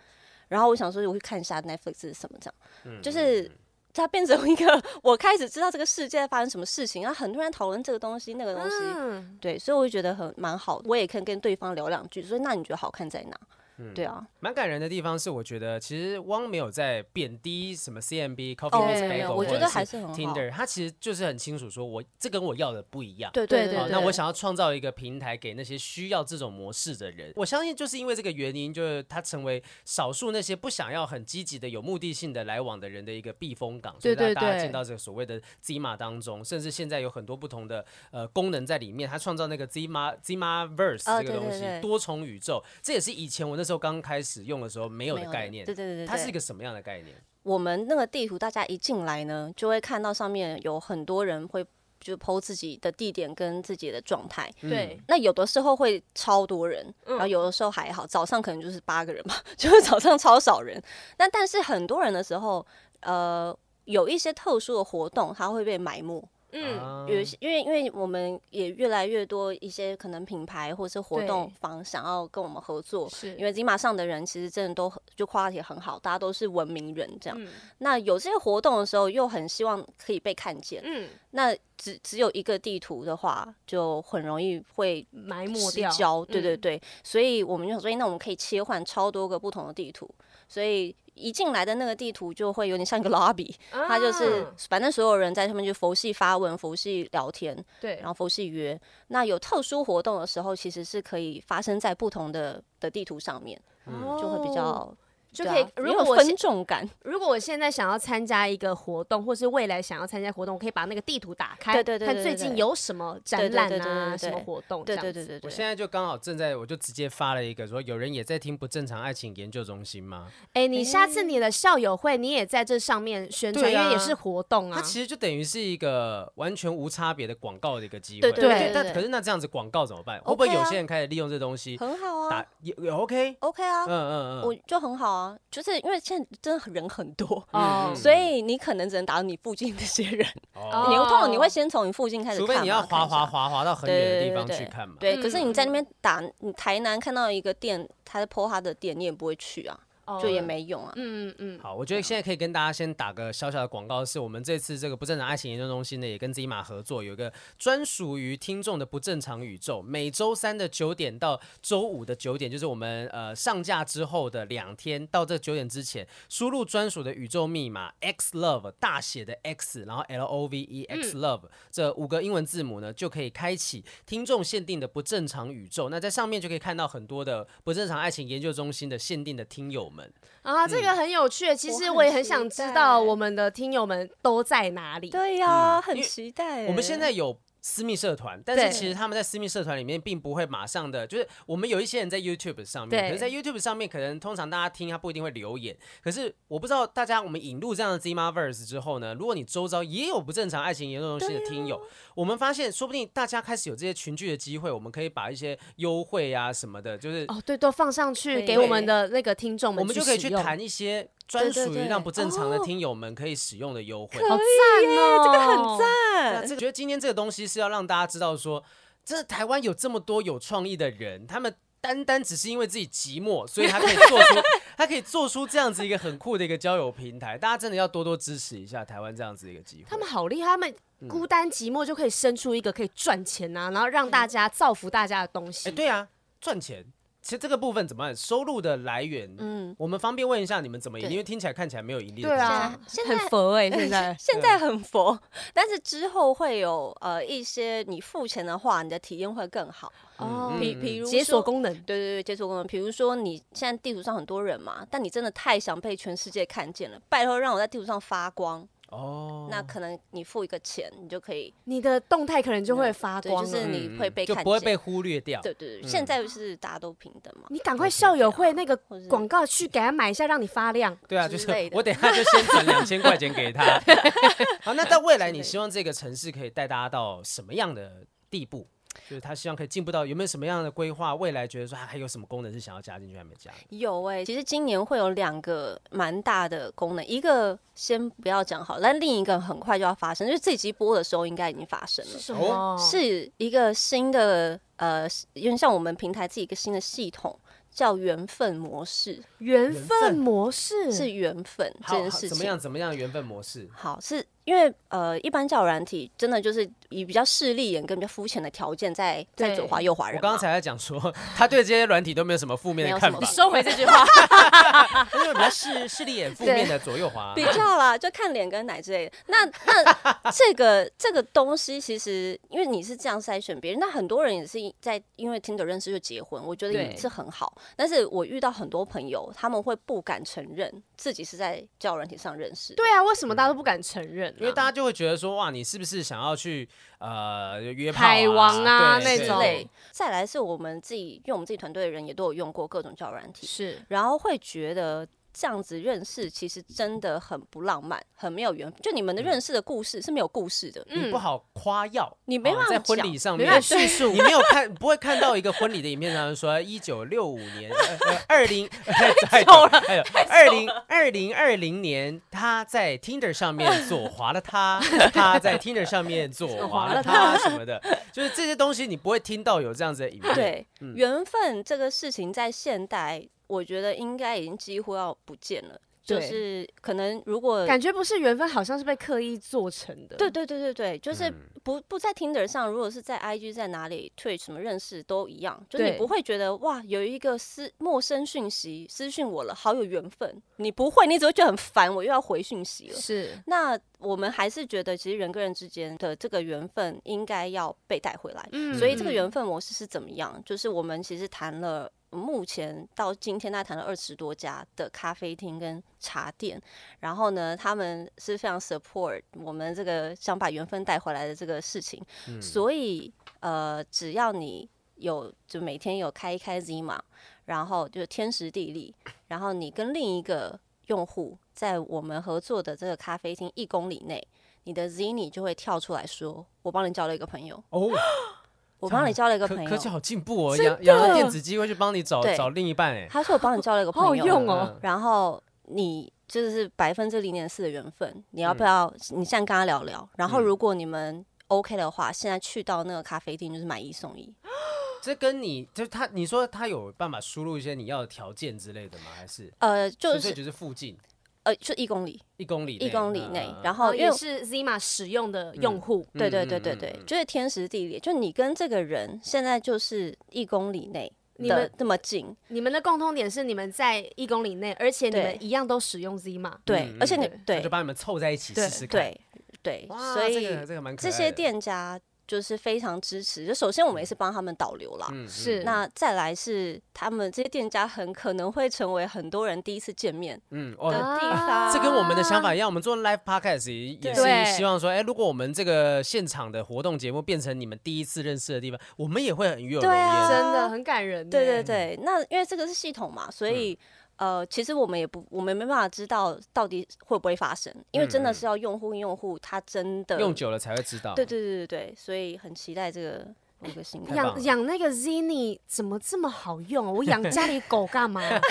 B: 然后我想说，我去看一下 Netflix 是什么这样，
A: 嗯
B: 就是它变成一个我开始知道这个世界在发生什么事情，然后很多人讨论这个东西那个东西，
C: 嗯，
B: 对，所以我就觉得很蛮好，我也可以跟对方聊两句，所以那你觉得好看在哪？
A: 嗯
B: 对啊，
A: 蛮感人的地方是，我觉得其实汪没有在贬低什么 CMB、
B: 哦
A: Coffee
B: 没
A: with
B: 有没有
A: Bagel，
B: 我觉
A: 或
B: 得
A: 者
B: 还
A: 是
B: 是很好
A: Tinder，他其实就是很清楚说，我这跟我要的不一样。
B: 对
C: 对
B: 对
A: 好，哦
C: 对
A: 那我想要创造一个平台给那些需要这种模式的人。我相信就是因为这个原因，就是他成为少数那些不想要很积极的、有目的性的来往的人的一个避风港，所以
C: 对
A: 让
C: 对
A: 大家
C: 对
A: 进到这个所谓的 Zima 当中。甚至现在有很多不同的呃功能在里面，他创造那个 Zima Zima Verse
B: 哦
A: 这个
B: 对
A: 东
B: 对
A: 西，
B: 对
A: 多重宇宙，这也是以前我那时候刚开始用的时候没有
B: 没
A: 的
B: 有
A: 概念
B: 对。对对对，
A: 它是
B: 对
A: 一个什么样的概念？
B: 我们那个地图，大家一进来呢，就会看到上面有很多人会就 PO 自己的地点跟自己的状态。
C: 对，
B: 那有的时候会超多人，
C: 嗯
B: 然后有的时候还好，早上可能就是八个人嘛， 就是早上超少人。那但是很多人的时候，呃，有一些特殊的活动，它会被埋没。
C: 嗯，
A: 啊
B: 有一些因为因为我们也越来越多一些可能品牌或是活动
C: 对
B: 方想要跟我们合作，
C: 是
B: 因为金马上的人其实真的都很就 quality 很好，大家都是文明人这样。
C: 嗯
B: 那有这些活动的时候，又很希望可以被看见。
C: 嗯，
B: 那只只有一个地图的话，就很容易会
C: 埋没
B: 失
C: 掉，
B: 焦。对对
C: 嗯，
B: 对，所以我们就想说，诶那我们可以切换超多个不同的地图，所以。一进来的那个地图就会有点像一个 lobby，它就是
C: 啊
B: 反正所有人在上面就佛系发文、佛系聊天，
C: 对，
B: 然后佛系约。那有特殊活动的时候，其实是可以发生在不同的的地图上面，
C: 后
B: 就会比较
C: 哦就
B: 对
C: 可以
B: 啊。
C: 如
B: 也
C: 果
B: 有
C: 我
B: 分
C: 现
B: 众感，
C: 如果我现在想要参加一个活动，或是未来想要参加活动，我可以把那个地图打开，
B: 对对对对
C: 看最
B: 对对
C: 近有什么展
B: 对对
C: 览
B: 对对
C: 啊，
B: 对
C: 什么
B: 对
C: 活动，
B: 对对对。对
A: 我
B: 对。
A: 现在就刚好正在，我就直接发了一个说，有人也在听不正常爱情研究中心吗？
C: 哎，你下
B: 嗯
C: 次你的校友会，你也在这上面宣传，
A: 对
C: 因
A: 啊
C: 为也是活动
A: 它
C: 啊。
A: 其实就等于是一个完全无差别的广告的一个机会。
B: 对
C: 对
A: 但
B: 对
A: 但
B: 对
A: 可是那这样子广告怎么办？会不会
B: OK 啊
A: 有些人开始利用这东西
B: 很好
A: 打
B: 啊
A: 也也 OK？
B: ，OK 啊
A: 嗯，嗯
B: 我
A: 嗯，
B: 就很好啊，就是因为现在真的人很多，
C: 哦
A: 嗯
B: 所以你可能只能打你附近那些人。
A: 哦
C: 哦
B: 你通常你会先从你附近开始
A: 除
B: 看嘛，
A: 非你要滑
B: 看一下
A: 滑。滑滑到很
B: 对
A: 远的地
B: 对对
A: 方
B: 对
A: 去看嘛。
B: 对，
C: 嗯
B: 可是你在那边打，你台南看到一个店，他在 PO 他的店，你也不会去啊，
C: 哦
B: 就也没用啊。
C: 嗯嗯
A: 好，我觉得现在可以跟大家先打个小小的广告，是我们这次这个不正常爱情研究中心呢，也跟 Z 马合作，有一个专属于听众的不正常宇宙，每周三的九点到周五的九点，就是我们呃上架之后的两天到这九点之前，输入专属的宇宙密码 X Love 大写的 X，然后 L O V E X Love、这五个英文字母呢，就可以开启听众限定的不正常宇宙。那在上面就可以看到很多的不正常爱情研究中心的限定的听友们。
C: 啊，这个很有趣。其实
B: 嗯我
C: 我也
B: 很
C: 很想
B: 期待
C: 知道我们的听友们都在哪里。
B: 对呀，
A: 因
B: 很
A: 为
B: 期待欸。
A: 我们现在有私密社团，但
C: 对
A: 是其实他们在私密社团里面并不会马上的，就是我们有一些人在 YouTube 上面，
C: 对
A: 可能在 YouTube 上面，可能通常大家听他不一定会留言，可是我不知道大家我们引入这样的 Zmaverse 之后呢，如果你周遭也有不正常爱情言论中心的听友，我们发现说不定大家开始有这些群聚的机会，我们可以把一些优惠啊什么的，就是
C: 哦，对，都放上去
B: 对
C: 给我们的那个听众
A: 我们就可以去
C: 使用
A: 谈一些专
B: 对对
A: 属于
B: 对
A: 让不正常的
B: 哦
A: 听友们可以使用的优惠。
C: 好赞哦，这个很赞。
B: 嗯
A: 对啊这个觉得今天这个东西是要让大家知道说，真的台湾有这么多有创意的人，他们。单单只是因为自己寂寞，所以他可以做 出他可以做出这样子一个很酷的一个交友平台，大家真的要多多支持一下台湾这样子一个机会。
C: 他们好厉害，他们孤单寂寞就可以生出一个可以赚钱啊，然后让大家造福大家的东
A: 哎、
C: 西。
A: 对啊，赚钱，其实这个部分怎么办？收入的来源，
B: 嗯，
A: 我们方便问一下你们怎么盈利？
B: 对
A: 因为听起来看起来没有盈利的
C: 对
A: 空间
C: 啊，
B: 现在
C: 很佛哎，现 在
B: 现
A: 啊
B: 在很佛，但是之后会有呃一些你付钱的话，你的体验会更好。
C: 哦，
A: 嗯
B: 比比如
C: 解锁
B: 说
C: 功能。
B: 对对对，解锁功能。比如说，你现在地图上很多人嘛，但你真的太想被全世界看见了，拜托让我在地图上发光。
A: 哦，
B: 那可能你付一个钱，你就可以
C: 你的动态可能就会发
B: 对
C: 光嗯了，
B: 就是你会被
A: 嗯就
B: 看
A: 不会
B: 见
A: 被忽略掉。
B: 对对对，现
A: 嗯
B: 在是大家都平等嘛。
C: 你赶快校友会那个
B: 或是
C: 广告去给他买一下，让你发亮。
A: 对啊，
B: 之
A: 就是
B: 类的
A: 我等一下就先转两千块钱给 他。好，那到未来你希望这个城市可以带大家到什么样的地步？就是他希望可以进步到有没有什么样的规划？未来觉得说啊还有什么功能是想要加进去还没加的？
B: 有哎、其实今年会有两个蛮大的功能，一个先不要讲好，但另一个很快就要发生，就是这集播的时候应该已经发生了。
C: 什
A: 么
B: 是一个新的呃，有点像我们平台自己一个新的系统，叫缘分模式，
C: 缘
A: 缘
C: 分
A: 分
C: 模式？
B: 是缘分这
A: 嗯好，
B: 件
A: 好
B: 事
A: 怎么
B: 情
A: 样？。怎么样的缘分模式？
B: 好，是因为呃，一般交友软体真的就是以比较势利眼跟比较肤浅的条件在在
C: 对
B: 左滑右滑人
A: 我
B: 嘛。
A: 刚才在讲说，他对这些软体都没有什么负面的
B: 没有
A: 看
B: 什
A: 法
B: 么，
C: 收回这句话。
A: 他就是比较势势利眼负面的左右滑。
B: 比较啦，就看脸跟奶之类的。那那这个这个东西，其实因为你是这样筛选别人，那很多人也是在因为听 i 认识就结婚，我觉得
C: 对
B: 也是很好。但是我遇到很多朋友，他们会不敢承认自己是在交友软体上认识。
C: 对啊，为什么大家都不敢承认啊？
A: 因为大家就会觉得说，哇，你是不是想要去呃约炮、啊、
C: 海王啊
A: 对
C: 那
B: 之
C: 种
A: 对
B: 类。再来是我们自己，因为我们自己团队的人也都有用过各种交友软体，
C: 是
B: 然后会觉得这样子认识，其实真的很不浪漫，很没有缘分。就你
A: 嗯
B: 们的认识的故事是没有故事的，
A: 你不好夸耀，
B: 你没
A: 嗯哦
B: 办法
A: 在婚
B: 讲
A: 礼上
C: 没
A: 面
C: 办法叙述
A: 你。没有看， 不会看到一个婚礼的影片，上面说一九六五年，呃 二零太久了，还有二零二零二零年，他在 Tinder 上面左滑了他， 他在 Tinder 上面左滑了他什么的，就是这些东西你不会听到有这样子的 影片。
B: 对
A: 嗯，
B: 缘、分这个事情在现代，我觉得应该已经几乎要不见了。就
C: 对
B: 是可能如果
C: 感觉不是缘分，好像是被刻意做成的。
B: 呃对对对对对，就是
A: 嗯
B: 不不在 Tinder 上，如果是在 IG 在哪里 Twitch 什么认识都一样，就你
C: 对
B: 不会觉得哇有一个私陌生讯息私讯我了，好有缘分，你不会，你只会觉得很烦，我又要回讯息了。
C: 是
B: 那我们还是觉得，其实人跟人之间的这个缘分应该要被带回来。
C: 嗯
B: 所以这个
C: 嗯
B: 缘分模式是怎么样？就是我们其实谈了。目前到今天，大概谈了二十多家的咖啡厅跟茶店，然后呢，他们是非常 support 我们这个想把缘分带回来的这个事情，
C: 嗯
B: 所以呃，只要你有就每天有开一开 Z 嘛，然后就天时地利，然后你跟另一个用户在我们合作的这个咖啡厅一公里内，你的 Z 你就会跳出来说，我帮你交了一个朋友。
A: 哦，
B: 我帮你交了一个朋
A: 科科技
B: 友，
A: 好进步哦，养养了电子机会去帮你找
B: 对
A: 找另一半嗯哎，
B: 他说我帮你交了一个
C: 好好
B: 朋友，
C: 用哦。
B: 然后你就是百分之零点四的缘分，你要不要？你现在跟他聊聊，然后
A: 嗯
B: 如果你们 OK 的话，现在去到那个咖啡厅就是买一送一。
A: 这跟你就是他，你说他有办法输入一些你要的条件之类的吗？还是
B: 呃，就
A: 纯粹
B: 是
A: 就是附近
B: 呃，就一公里，
A: 一公里内
B: 一公里内
A: 嗯，嗯嗯
B: 然
C: 哦，
B: 后因
C: 也
B: 为
C: 是 Zima 使用的用户。
B: 对对对
A: 嗯
B: 对
A: 嗯
B: 对
A: 嗯，
B: 就是天时地利，就你跟这个人现在就是一公里内
C: 你
B: 的
C: 们
B: 这么
A: 嗯
B: 近，
C: 你们的共通点是你们在一公里内，而且你
B: 对
C: 们一样都使用 Zima。
B: 对
A: 嗯，
B: 而且你
C: 嗯
A: 那
B: 对
A: 就把你们凑在一起
C: 对
A: 试试看。
B: 对对，
A: 哇，
B: 所
A: 这
B: 以
A: 个这个蛮可
B: 这
A: 爱
B: 些
A: 的，
B: 店家就是非常支持。就首先我们也是帮他们导流啦，
A: 嗯
C: 是
B: 那再来是他们这些店家很可能会成为很多人第一次见面
A: 嗯嗯
B: 的
A: 哦。
B: 地
C: 啊
B: 方。
A: 这跟我们的想法一样，我们做 live podcast 也也
C: 对
A: 是希望说，哎，如果我们这个现场的活动节目变成你们第一次认识的地方，我们也会很与有
B: 对
A: 荣焉。
B: 啊
C: 真的很感人呢。
B: 对对对，那因为这个是系统嘛，所以、
A: 嗯
B: 呃，其实我们也不，我们没办法知道到底会不会发生，因为真的是要用户用户他真的
A: 嗯用久了才会知道。
B: 对对对对对，所以很期待这个我个新
A: 太棒
C: 养
A: 了
C: 养那个 Zini 怎么这么好用啊？我养家里狗干 嘛？
A: 看，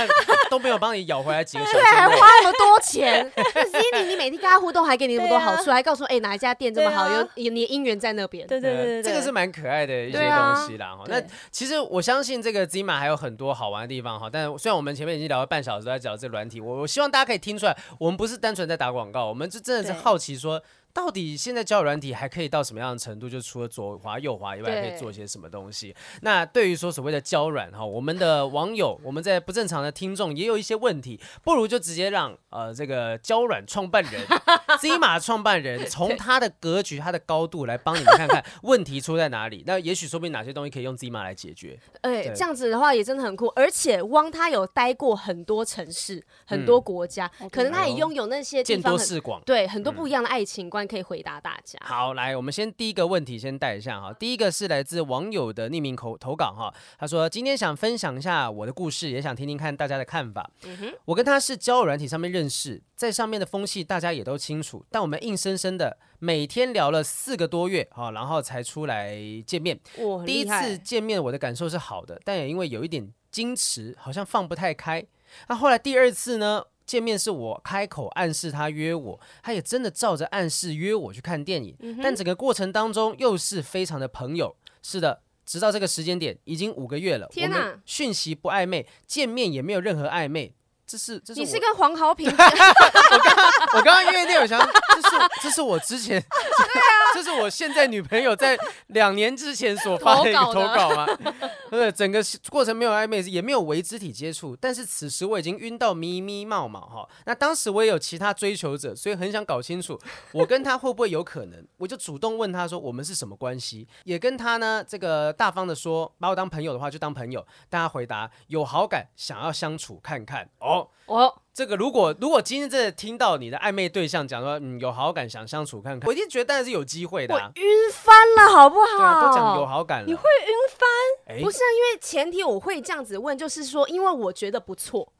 A: 都没有帮你咬回来几 个小
B: 啊
C: 还花
A: 时。
C: 那么多钱，Zini 你每天跟他互动还给你那么多好处，还告诉我哎、哪一家店这么好，
B: 对啊
C: 有有你的姻缘在那边。
B: 对对对对对，
A: 这个是蛮可爱的一些
C: 对啊
A: 东西啦。哈那
B: 对
A: 其实我相信这个 Zima 还有很多好玩的地方哈，但虽然我们前面已经聊了半小时在讲这软体，我我希望大家可以听出来，我们不是单纯在打广告，我们就真的是
B: 对
A: 好奇说，到底现在交友软体还可以到什么样的程度？就除了左滑右滑以外，还可
C: 对
A: 以做些什么东西？那对于说所谓的交软哈，我们的网友，我们在不正常的听众也有一些问题，不如就直接让呃这个交软创办人 Zima 创办 人从他的格局、他的高度来帮你们看看问题出在哪里。那也许说不定哪些东西可以用 Zima 来解决。
C: 哎、
A: 对
C: 这样子的话也真的很酷，而且汪他有待过很多城市、很多国家，可能他也拥有那些 地
A: 见
C: 方
A: 多
C: 很
A: 识广。
C: 对哦很多嗯不一样的爱情观可以回答大家。
A: 好，来，我们先第一个问题先带一下哈。第一个是来自网友的匿名投投稿哈，他说今天想分享一下我的故事，也想听听看大家的看法。我跟他是交友软体上面认识，在上面的风气大家也都清楚，但我们硬生生的每天聊了四个多月哈，然后才出来见面。
C: 哇，很
A: 第一
C: 厉害欸
A: 次见面，我的感受是好的，但也因为有一点矜持，好像放不太开。那后来第二次呢？见面是我开口暗示他约我，他也真的照着暗示约我去看电影，
C: 嗯
A: 但整个过程当中又是非常的朋友。是的，直到这个时间点已经五个月了，
C: 天
A: 我
C: 哪
A: 们讯息不暧昧，见面也没有任何暧昧。这是这是
C: 你
A: 我
C: 是跟黄 豪 平
A: 我刚刚因为那有想，这是这是我之前， 这是我现在女朋友在两年之前所发的一个
C: 投
A: 投
C: 稿
A: 稿
C: 的
A: 吗？ 对，整个过程没有暧昧，也没有为肢体接触，但是此时我已经晕到咪咪冒冒哈。那当时我也有其他追求者，所以很想搞清楚我跟他会不会有可能，我就主动问他说我们是什么关系，也跟他呢这个大方的说，把我当朋友的话就当朋友。大家回答有好感，想要相处看看哦。
C: 哦，
A: 这个如果如果今天真的听到你的暧昧对象讲说，嗯，有好感想相处看看，我一定觉得当然是有机会的、啊。
C: 晕翻了好不
A: 对啊，
C: 好？
A: 都讲有好感了，你会晕翻？哎、
C: 不是啊，因为前提我会这样子问，就是说，因为我觉得不错，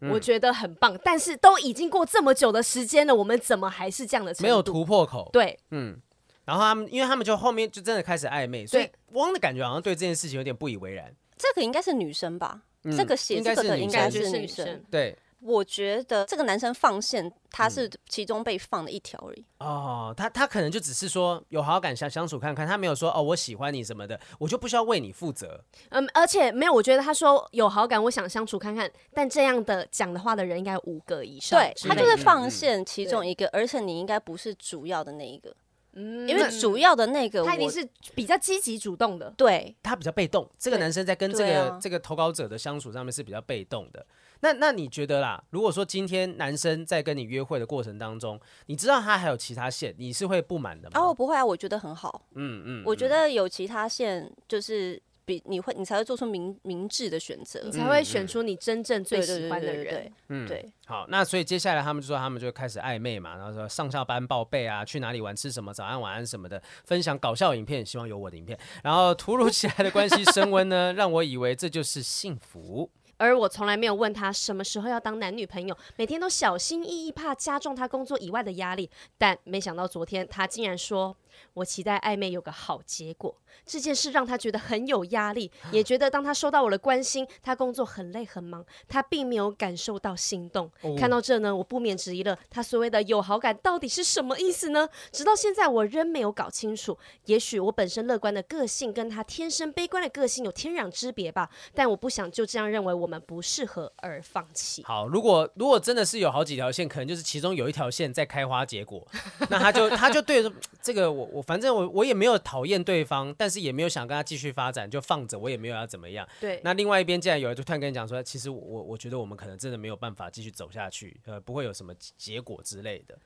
B: 嗯
C: 我觉得很棒。但是都已经过这么久的时间了，我们怎么还是这样的程度？
A: 没有突破口。
C: 对，
A: 嗯，然后他们，因为他们就后面就真的开始暧昧，所以
C: 对
A: 汪的感觉好像对这件事情有点不以为然。
B: 这个应该是女生吧？
A: 嗯
B: 这个写
A: 应该
B: 这个的
A: 是
B: 应
A: 女生
B: 该
C: 觉
B: 是
C: 是
B: 女
C: 生
B: 生。。
A: 对，
B: 我觉得这个男生放线，他是
A: 嗯
B: 其中被放的一条而已。
A: 哦，他他可能就只是说有好感相相处看看，他没有说哦我喜欢你什么的，我就不需要为你负责。
C: 嗯，而且没有，我觉得他说有好感，我想相处看看。但这样的讲的话的人应该有五个以上
B: 对
C: 之类
B: 他
C: 的，
B: 就是
A: 嗯
B: 放
A: 嗯
B: 线其中
C: 对
B: 一个，而且你应该不是主要的那一个，
C: 嗯
B: 因为主要的那个
C: 他一定
B: 我
C: 是比较积极主动的。
B: 对
A: 他比较被动，这个
C: 对
A: 男生在跟这
B: 对
A: 个、
B: 啊
A: 这个投稿者的相处上面是比较被动的。那那你觉得啦？如果说今天男生在跟你约会的过程当中，你知道他还有其他线，你是会不满的吗？
B: 哦，不会啊，我觉得很好。
A: 嗯嗯，
B: 我觉
A: 嗯
B: 得有其他线就是比你会，你才会做出明明智的选择
C: 你。才会选出你真正最
B: 嗯对对
C: 喜
B: 对
C: 欢的
B: 对
C: 人
B: 对。
A: 嗯
B: 对对，
A: 好，那所以接下来他们就说他们就开始暧昧嘛，然后说上下班报备啊，去哪里玩、吃什么、早安、晚安什么的，分享搞笑影片，希望有我的影片。然后突如其来的关系升温呢， 让我以为这就是幸福。
C: 而我从来没有问他什么时候要当男女朋友，每天都小心翼翼，怕加重他工作以外的压力。但没想到昨天他竟然说：“我期待暧昧有个好结果。”这件事让他觉得很有压力，也觉得当他收到我的关心，他工作很累很忙，他并没有感受到心动。
A: 哦
C: 看到这呢，我不免质疑了他所谓的有好感到底是什么意思呢？直到现在，我仍没有搞清楚。也许我本身乐观的个性跟他天生悲观的个性有天壤之别吧，但我不想就这样认为我们不适合而放弃。
A: 好，如果如果真的是有好几条线，可能就是其中有一条线在开花结果，那他就他就对着这个我我反正我我也没有讨厌对方，但是也没有想跟他继续发展，就放着，我也没有要怎么样。
C: 对，
A: 那另外一边，既然有人就突然跟你讲说，其实我我我觉得我们可能真的没有办法继续走下去，呃，不会有什么结果之类的。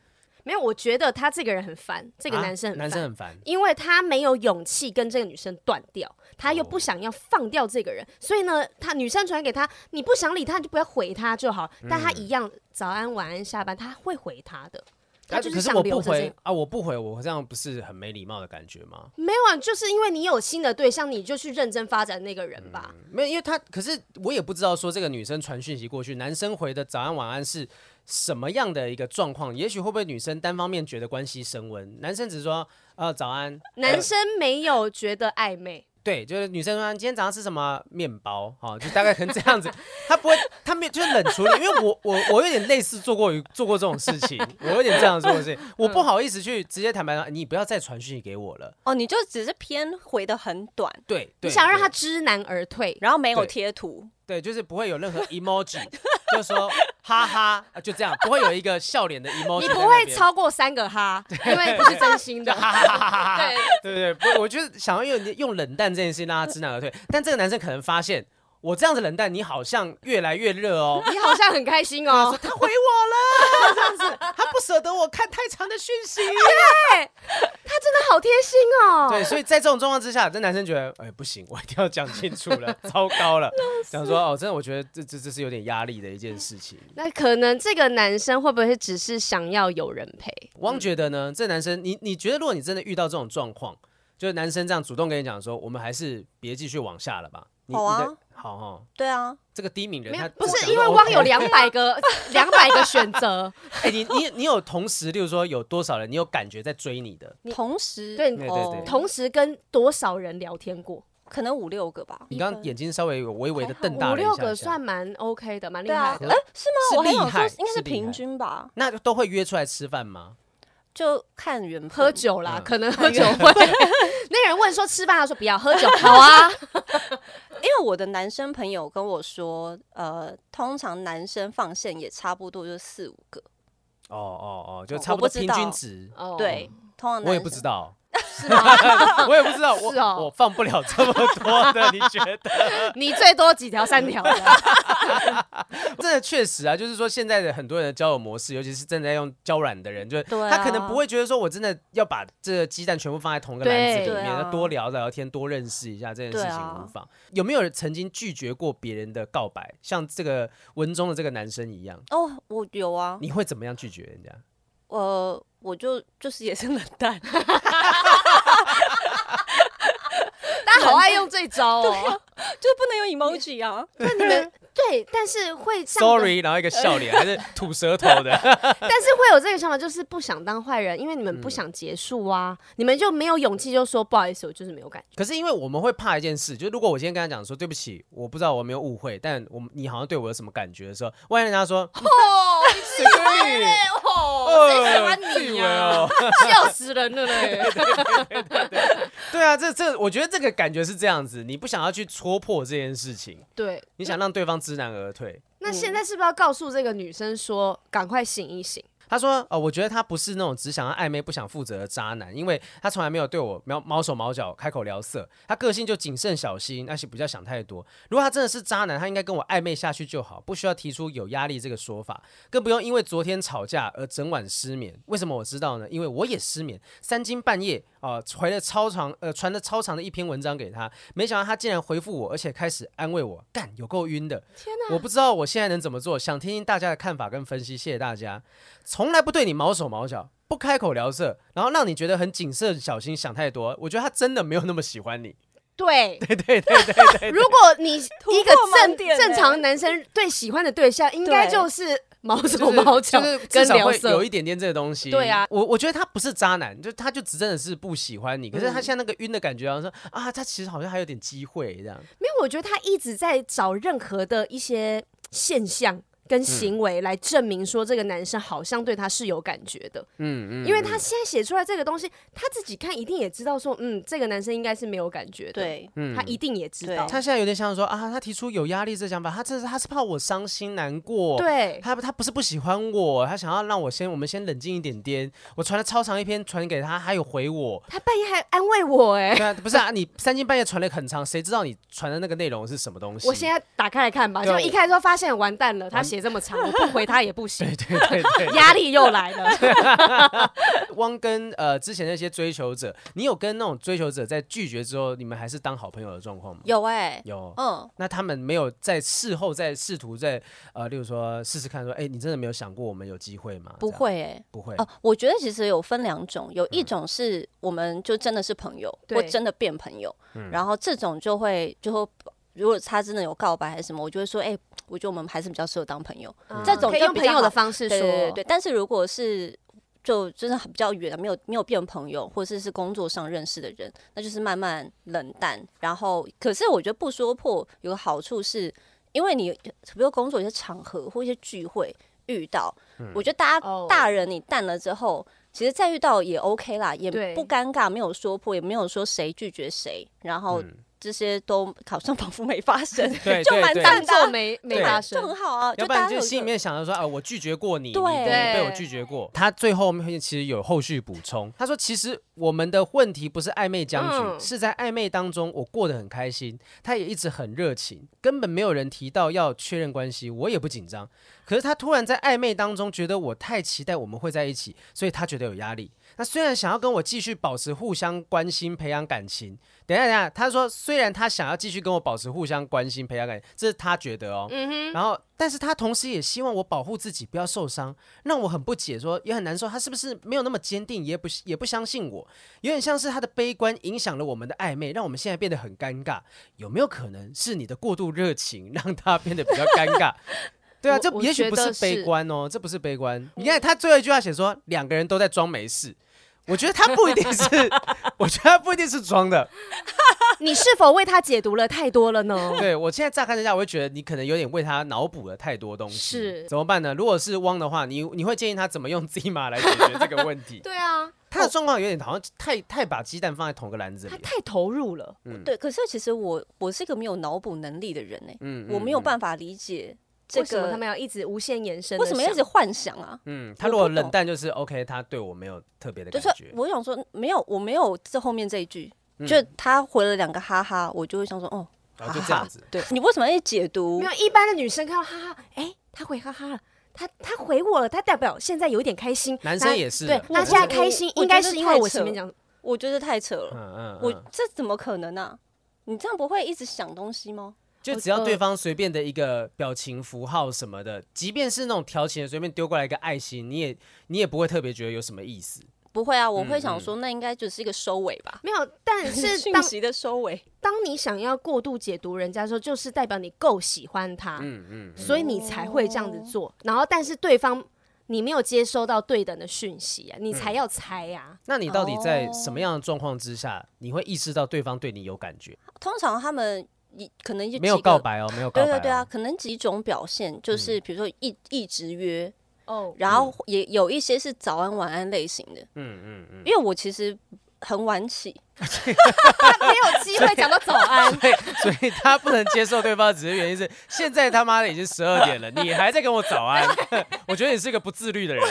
C: 没有，我觉得他这个人很烦，这个
A: 啊
C: 男生很烦。
A: 男生很烦，
C: 因为他没有勇气跟这个女生断掉，他
A: 哦
C: 又不想要放掉这个人，所以呢，他女生传给他，你不想理他，你就不要回他就好。
A: 嗯
C: 但他一样早安、晚安、下班，他会回他的，他
A: 啊
C: 就
A: 可是
C: 想
A: 我
C: 留
A: 不
C: 着这
A: 回
C: 个。
A: 啊，我不回，我这样不是很没礼貌的感觉吗？
C: 没有啊，就是因为你有新的对象，你就去认真发展那个人吧。
A: 没有，因为他可是我也不知道说这个女生传讯息过去，男生回的早安晚安是什么样的一个状况？也许会不会女生单方面觉得关系升温，男生只是说呃早安，
C: 男生没有觉得暧昧，
A: 对，就是女生说你今天早上吃什么面包，哈、就大概可能这 样子，他不会，他没有就是冷处理，因为我我我有点类似做过一做过这种事情，我有点这样做过事情，我不好意思去直接坦白说，啊你不要再传讯息给我了，
B: 哦，你就只是偏回的很短，
A: 对，
C: 你
A: 对
C: 想让
A: 对
C: 他知难而退。
B: 然后没有
A: 对
B: 贴图，
A: 对，就是不会有任何 emoji，就 说哈哈，啊就这样，不会有一个笑脸的 emoji，
C: 你
A: 在
C: 不
A: 那
C: 会
A: 边
C: 超过三个哈，因为不是真 心
A: 就
C: 的。
A: 哈哈哈哈哈哈，
C: 对，
A: 对对对，不，我就是想要用用冷淡这件事情让他知难而退，但这个男生可能发现我这样子冷淡，你好像越来越热 哦。
C: 你好像很开心
A: 他
C: 哦
A: 说。他回我了，这样子，他不舍得我看太长的讯 息。
C: 他真的好贴心哦。
A: 对，所以在这种状况之下，这男生觉得，哎、不行，我一定要讲清楚 了，糟糕了，想说，哦，真的，我觉得这这这是有点压力的一件事情。
C: 那可能这个男生会不会只是想要有人陪？
A: 汪觉得呢，这男生，你你觉得，如果你真的遇到这种状况，就是男生这样主动跟你讲说，我们还是别继续往下了吧。你
B: 好啊
A: 你的好哦，
B: 对啊，
A: 这个低敏人
C: 没
A: 他
C: 有，不
A: 讲
C: 是
A: 说
C: 因为
A: OK
C: 汪有两百个 两百个选 择，
A: 哎、你你你有同时，例如说有多少人你有感觉在追你的？
B: 同时
C: 对
A: 对对
B: 哦
A: 对
C: 同时跟多少人聊天过？
B: 可能五六个吧。
A: 你刚刚眼睛稍微有微微的瞪大
C: 哎五
A: 了一下
C: 六
A: 下，
C: 个算蛮 OK 的，蛮厉
B: 对啊
C: 害，
B: 哎、
C: 的。
B: 是吗？
A: 是
B: 我还
A: 厉
B: 想
A: 害
B: 说应该
A: 是
B: 是
A: 厉
B: 平
A: 害
B: 均吧，
A: 那都会约出来吃饭吗？
B: 就看缘分。
C: 喝酒啦，
A: 嗯
C: 可能喝酒 会。那个人问说吃饭，他说不要喝酒，好啊。
B: 因为我的男生朋友跟我说，呃，通常男生放线也差不多就四五个，
A: 哦哦哦，就
B: 我
A: 差不多
B: 我不知
A: 平
B: 道
A: 均值。
C: 哦
B: 对，，通常男
A: 我也不
B: 生
A: 知道，
C: 是 吗？
A: 我也不知道，我、
C: 是哦
A: 我放不了这么多的，你觉得？
C: 你最多几条三条的，
A: 真的确实啊，就是说现在的很多人的交友模式，尤其是正在用交软的人，就是
B: 对啊
A: 他可能不会觉得说我真的要把这个鸡蛋全部放在同一个篮子里
C: 对
A: 面，
B: 对啊
A: 要多聊聊天，多认识一下这件事
B: 对
A: 情
B: 啊
A: 无妨。有没有人曾经拒绝过别人的告白，像这个文中的这个男生一样？
B: 哦，我有啊，
A: 你会怎么样拒绝人家？
B: 呃，我就就是也是冷淡，
C: 大家好爱用这招哦。
B: 就是不能 有 emoji 啊。
C: 那你们对，但是会像我
A: ，sorry，然后一个笑 脸，还是吐舌头的，
C: 但是会有这个想法，就是不想当坏人，因为你们不
A: 嗯
C: 想结束啊，你们就没有勇气就说不好意思，我就是没有感觉。
A: 可是因为我们会怕一件事，就是如果我今天跟他讲说对不起，我不知道我有没有误会，但我们你好像对我有什么感觉的时候，万一人家 说
C: 哦，
A: 谁跟你，
C: 哦，
A: 呃，自以为哦，
C: 笑死人了嘞！
A: 对啊，这这我觉得这个感觉是这样子，你不想要去戳破这件事情，
C: 对，
A: 你想让对方知难而退。
C: 那现在是不是要告诉这个女生说，赶快醒一醒？
A: 他说：“呃，我觉得他不是那种只想要暧昧、不想负责的渣男，因为他从来没有对我毛毛手毛脚、开口聊色。他个性就谨慎小心，而且比较想太多。如果他真的是渣男，他应该跟我暧昧下去就好，不需要提出有压力这个说法，更不用因为昨天吵架而整晚失眠。为什么我知道呢？因为我也失眠，三更半夜啊、呃回了超长呃传了超长的一篇文章给他，没想到他竟然回复我，而且开始安慰我，干有够晕的。
C: 天
A: 我不知道我现在能怎么做，想听听大家的看法跟分析，谢谢大家。从来不对你毛手毛脚，不开口聊色，然后让你觉得很谨慎小心，想太多。我觉得他真的没有那么喜欢 你。
C: 对，
A: 对对对对对，
C: 如果你一个
B: 破盲
C: 正
B: 点
C: 正
B: 欸
C: 常男生对喜欢的对象，应该
B: 对
C: 就是毛手
A: 就是
C: 毛脚
A: 就是至
C: 跟
A: 少
C: 聊
A: 会有
C: 色
A: 一。点点这个东西。
C: 对啊
A: 我我觉得他不是渣男，就他就只真的是不喜欢
C: 嗯
A: 你。可是他现在那个晕的感觉，好像说啊，他其实好像还有点机会这样。
C: 没有，我觉得他一直在找任何的一些现象。跟
A: 嗯
C: 行为来证明说这个男生好像对他是有感觉的，
A: 嗯嗯，
C: 因为他现在写出来这个东西，他自己看一定也知道说，嗯，这个男生应该是没有感觉的，，
B: 对，
A: 嗯
C: 他一定也知
B: 对
C: 道，
A: 他现在有点像说啊，他提出有压力这想法，他这是他是怕我伤心难过。。
C: 对，
A: 他他不是不喜欢我，他想要让我先我们先冷静一点点。我传了超长一篇传给他，还有回我。
C: 他半夜还安慰我、 哎，
A: 对啊，不是啊，你三更半夜传了很长，谁知道你传的那个内容 是什么东西？
C: 我现在打开来看吧，
A: 对
C: 就
A: 啊
C: 一开始说发现完蛋了，他写这么长，我不回他也不行，
A: 对对对 对，
C: 压力又来 了，
A: 汪跟呃之前那些追求者，你有跟那种追求者在拒绝之后，你们还是当好朋友的状况吗？
B: 有哎、
A: 有。
B: 嗯，
A: 那他们没有在事后再试图在呃，例如说试试看说，哎、你真的没有想过我们有机会吗？
B: 不
A: 这样，
B: 会哎、
A: 不会。
B: 哦，我觉得其实有分两种，有一种是我们就真的是朋友，
C: 对
B: 或真的变朋友，然后这种就会就会，如果他真的有告白还是什么，我就会说，哎、我觉得我们还是比较适合当朋友。这种
C: 嗯可以
B: 就
C: 用
B: 比
C: 朋
B: 较
C: 友的
B: 好
C: 方式
B: 对
C: 说，
B: 对对对，但是如果是就真的很比较远，没有没有变朋友，或者是工作上认识的人，那就是慢慢冷淡。然后，可是我觉得不说破有个好处是，因为你比如工作有些场合或一些聚会遇到，
A: 嗯
B: 我觉得大家、
C: 哦
B: 大人你淡了之后。其实再遇到也 OK 啦，也
C: 对
B: 不尴尬，没有说破，也没有说谁拒绝谁，然后这些都好像仿佛没发生，
A: 嗯对
B: 就
A: 对
B: 蛮
A: 对
B: 淡
C: 当
B: 的啊
C: 做，没没
A: 对
C: 发
B: 就
C: 生
B: 很。好啊。
A: 要不
B: 大
A: 然
B: 家
A: 就
B: 有一
A: 心里
B: 个
A: 面想着说，啊，我拒绝过你，你
B: 对
A: 你被我
C: 对
A: 拒绝过。他最后面其实有后续补充，他说其实我们的问题不是暧昧僵局，
C: 嗯
A: 是在暧昧当中我过得很开心，他也一直很热情，根本没有人提到要确认关系，我也不紧张。可是他突然在暧昧当中觉得我太期待我们会在一起，所以他觉得有压力。那虽然想要跟我继续保持互相关心、培养感情，等一下等一下，他说虽然他想要继续跟我保持互相关心、培养感情，这是他觉得哦，
C: 嗯
A: 然后，但是他同时也希望我保护自己不要受伤，让我很不解说，也很难受，他是不是没有那么坚定，也不也不相信我，有点像是他的悲观影响了我们的暧昧，让我们现在变得很尴尬。有没有可能是你的过度热情让他变得比较尴尬？ 对啊，
C: 我
A: 这
C: 我
A: 也许
C: 觉
A: 不
C: 得
A: 是悲
C: 是
A: 观哦，这不是悲观。你看他最后一句话写说两个人都在装没事，我觉得他不一定是， 我觉得他不一定是装的。
B: 啊
C: 你是否为他解读了太多了 呢？
A: 对我现在乍看之下，我会觉得你可能有点为他脑补了太多东西，
C: 是
A: 怎么办呢？如果是汪的话，你你会建议他怎么用 Z 码来解决这个问题？
C: 对啊，
A: 他的状况有点好像太太把鸡蛋放在同个篮子
C: 他
A: 里，
C: 太投入了。
A: 嗯
B: 对，可是其实我我是一个没有脑补能力的人呢、欸
A: 嗯
B: 我没有
A: 法，
B: 办法理解这
C: 为什么
B: 个
C: 他们要一直无限延伸？
B: 为什么要一直？幻想啊？
A: 嗯，他如果冷淡就是 OK，他对我没有特别的
B: 就
A: 感
B: 是
A: 觉，嗯
B: 我想说，没有，我没有这后面这一句，就他回了两个哈哈，我就会想说，哦，
A: 然后就
B: 哈
A: 这样
B: 哈
A: 子。
B: 对你为什么要解读
C: 没？有一般的女生看到哈哈，哎、他回哈哈了，他他回我了，他代表现在有一点开心。
A: 男生
C: 那
A: 也是
C: 对
A: 的，
C: 那
B: 我
C: 现在
B: 我
C: 开心
B: 我
C: 应该
B: 觉得
C: 是因为我
B: 太扯
C: 前面讲，
B: 我觉得太扯了，
A: 嗯嗯，
B: 我
A: 嗯
B: 这怎么可能呢、你这样不会一直想东西吗？
A: 就
C: 我
A: 只要对
C: 呃
A: 方随便的一个表情符号什么的，即便是那种调情的，随便丢过来一个爱心，你也你也不会特别觉得有什么意思。
B: 不会啊，我会
A: 嗯
B: 想说，那应该只是一个收尾吧，
C: 没有，但 是
B: 讯
C: 当
B: 息的收尾。
C: 当你想要过度解读人家的时候，就是代表你够喜欢他，
A: 嗯嗯，
C: 所以你才会这样
B: 哦
C: 子做。然后，但是对方你没有接收到对等的讯息啊，你
A: 嗯
C: 才要猜啊呀、
A: 那你到底在什么样的状况之下，你会意识到对方对你有感觉？
B: 通常他们一可能就
A: 没有
B: 几个
A: 告，白哦，没有告
B: 对
A: 白、哦。 嗯
B: 对对啊，，可能几种表现，就是比如说一一直约，
C: 哦，
B: 然后也有一些是早安晚安类型的，
A: 嗯嗯嗯。
B: 因为我其实很晚起，
C: 没有机会讲到早 安。
A: 对，所以他不能接受对方，只是原因是现在他妈的已经十二点了，你还在跟我早安， 我觉得你是个不自律的 人。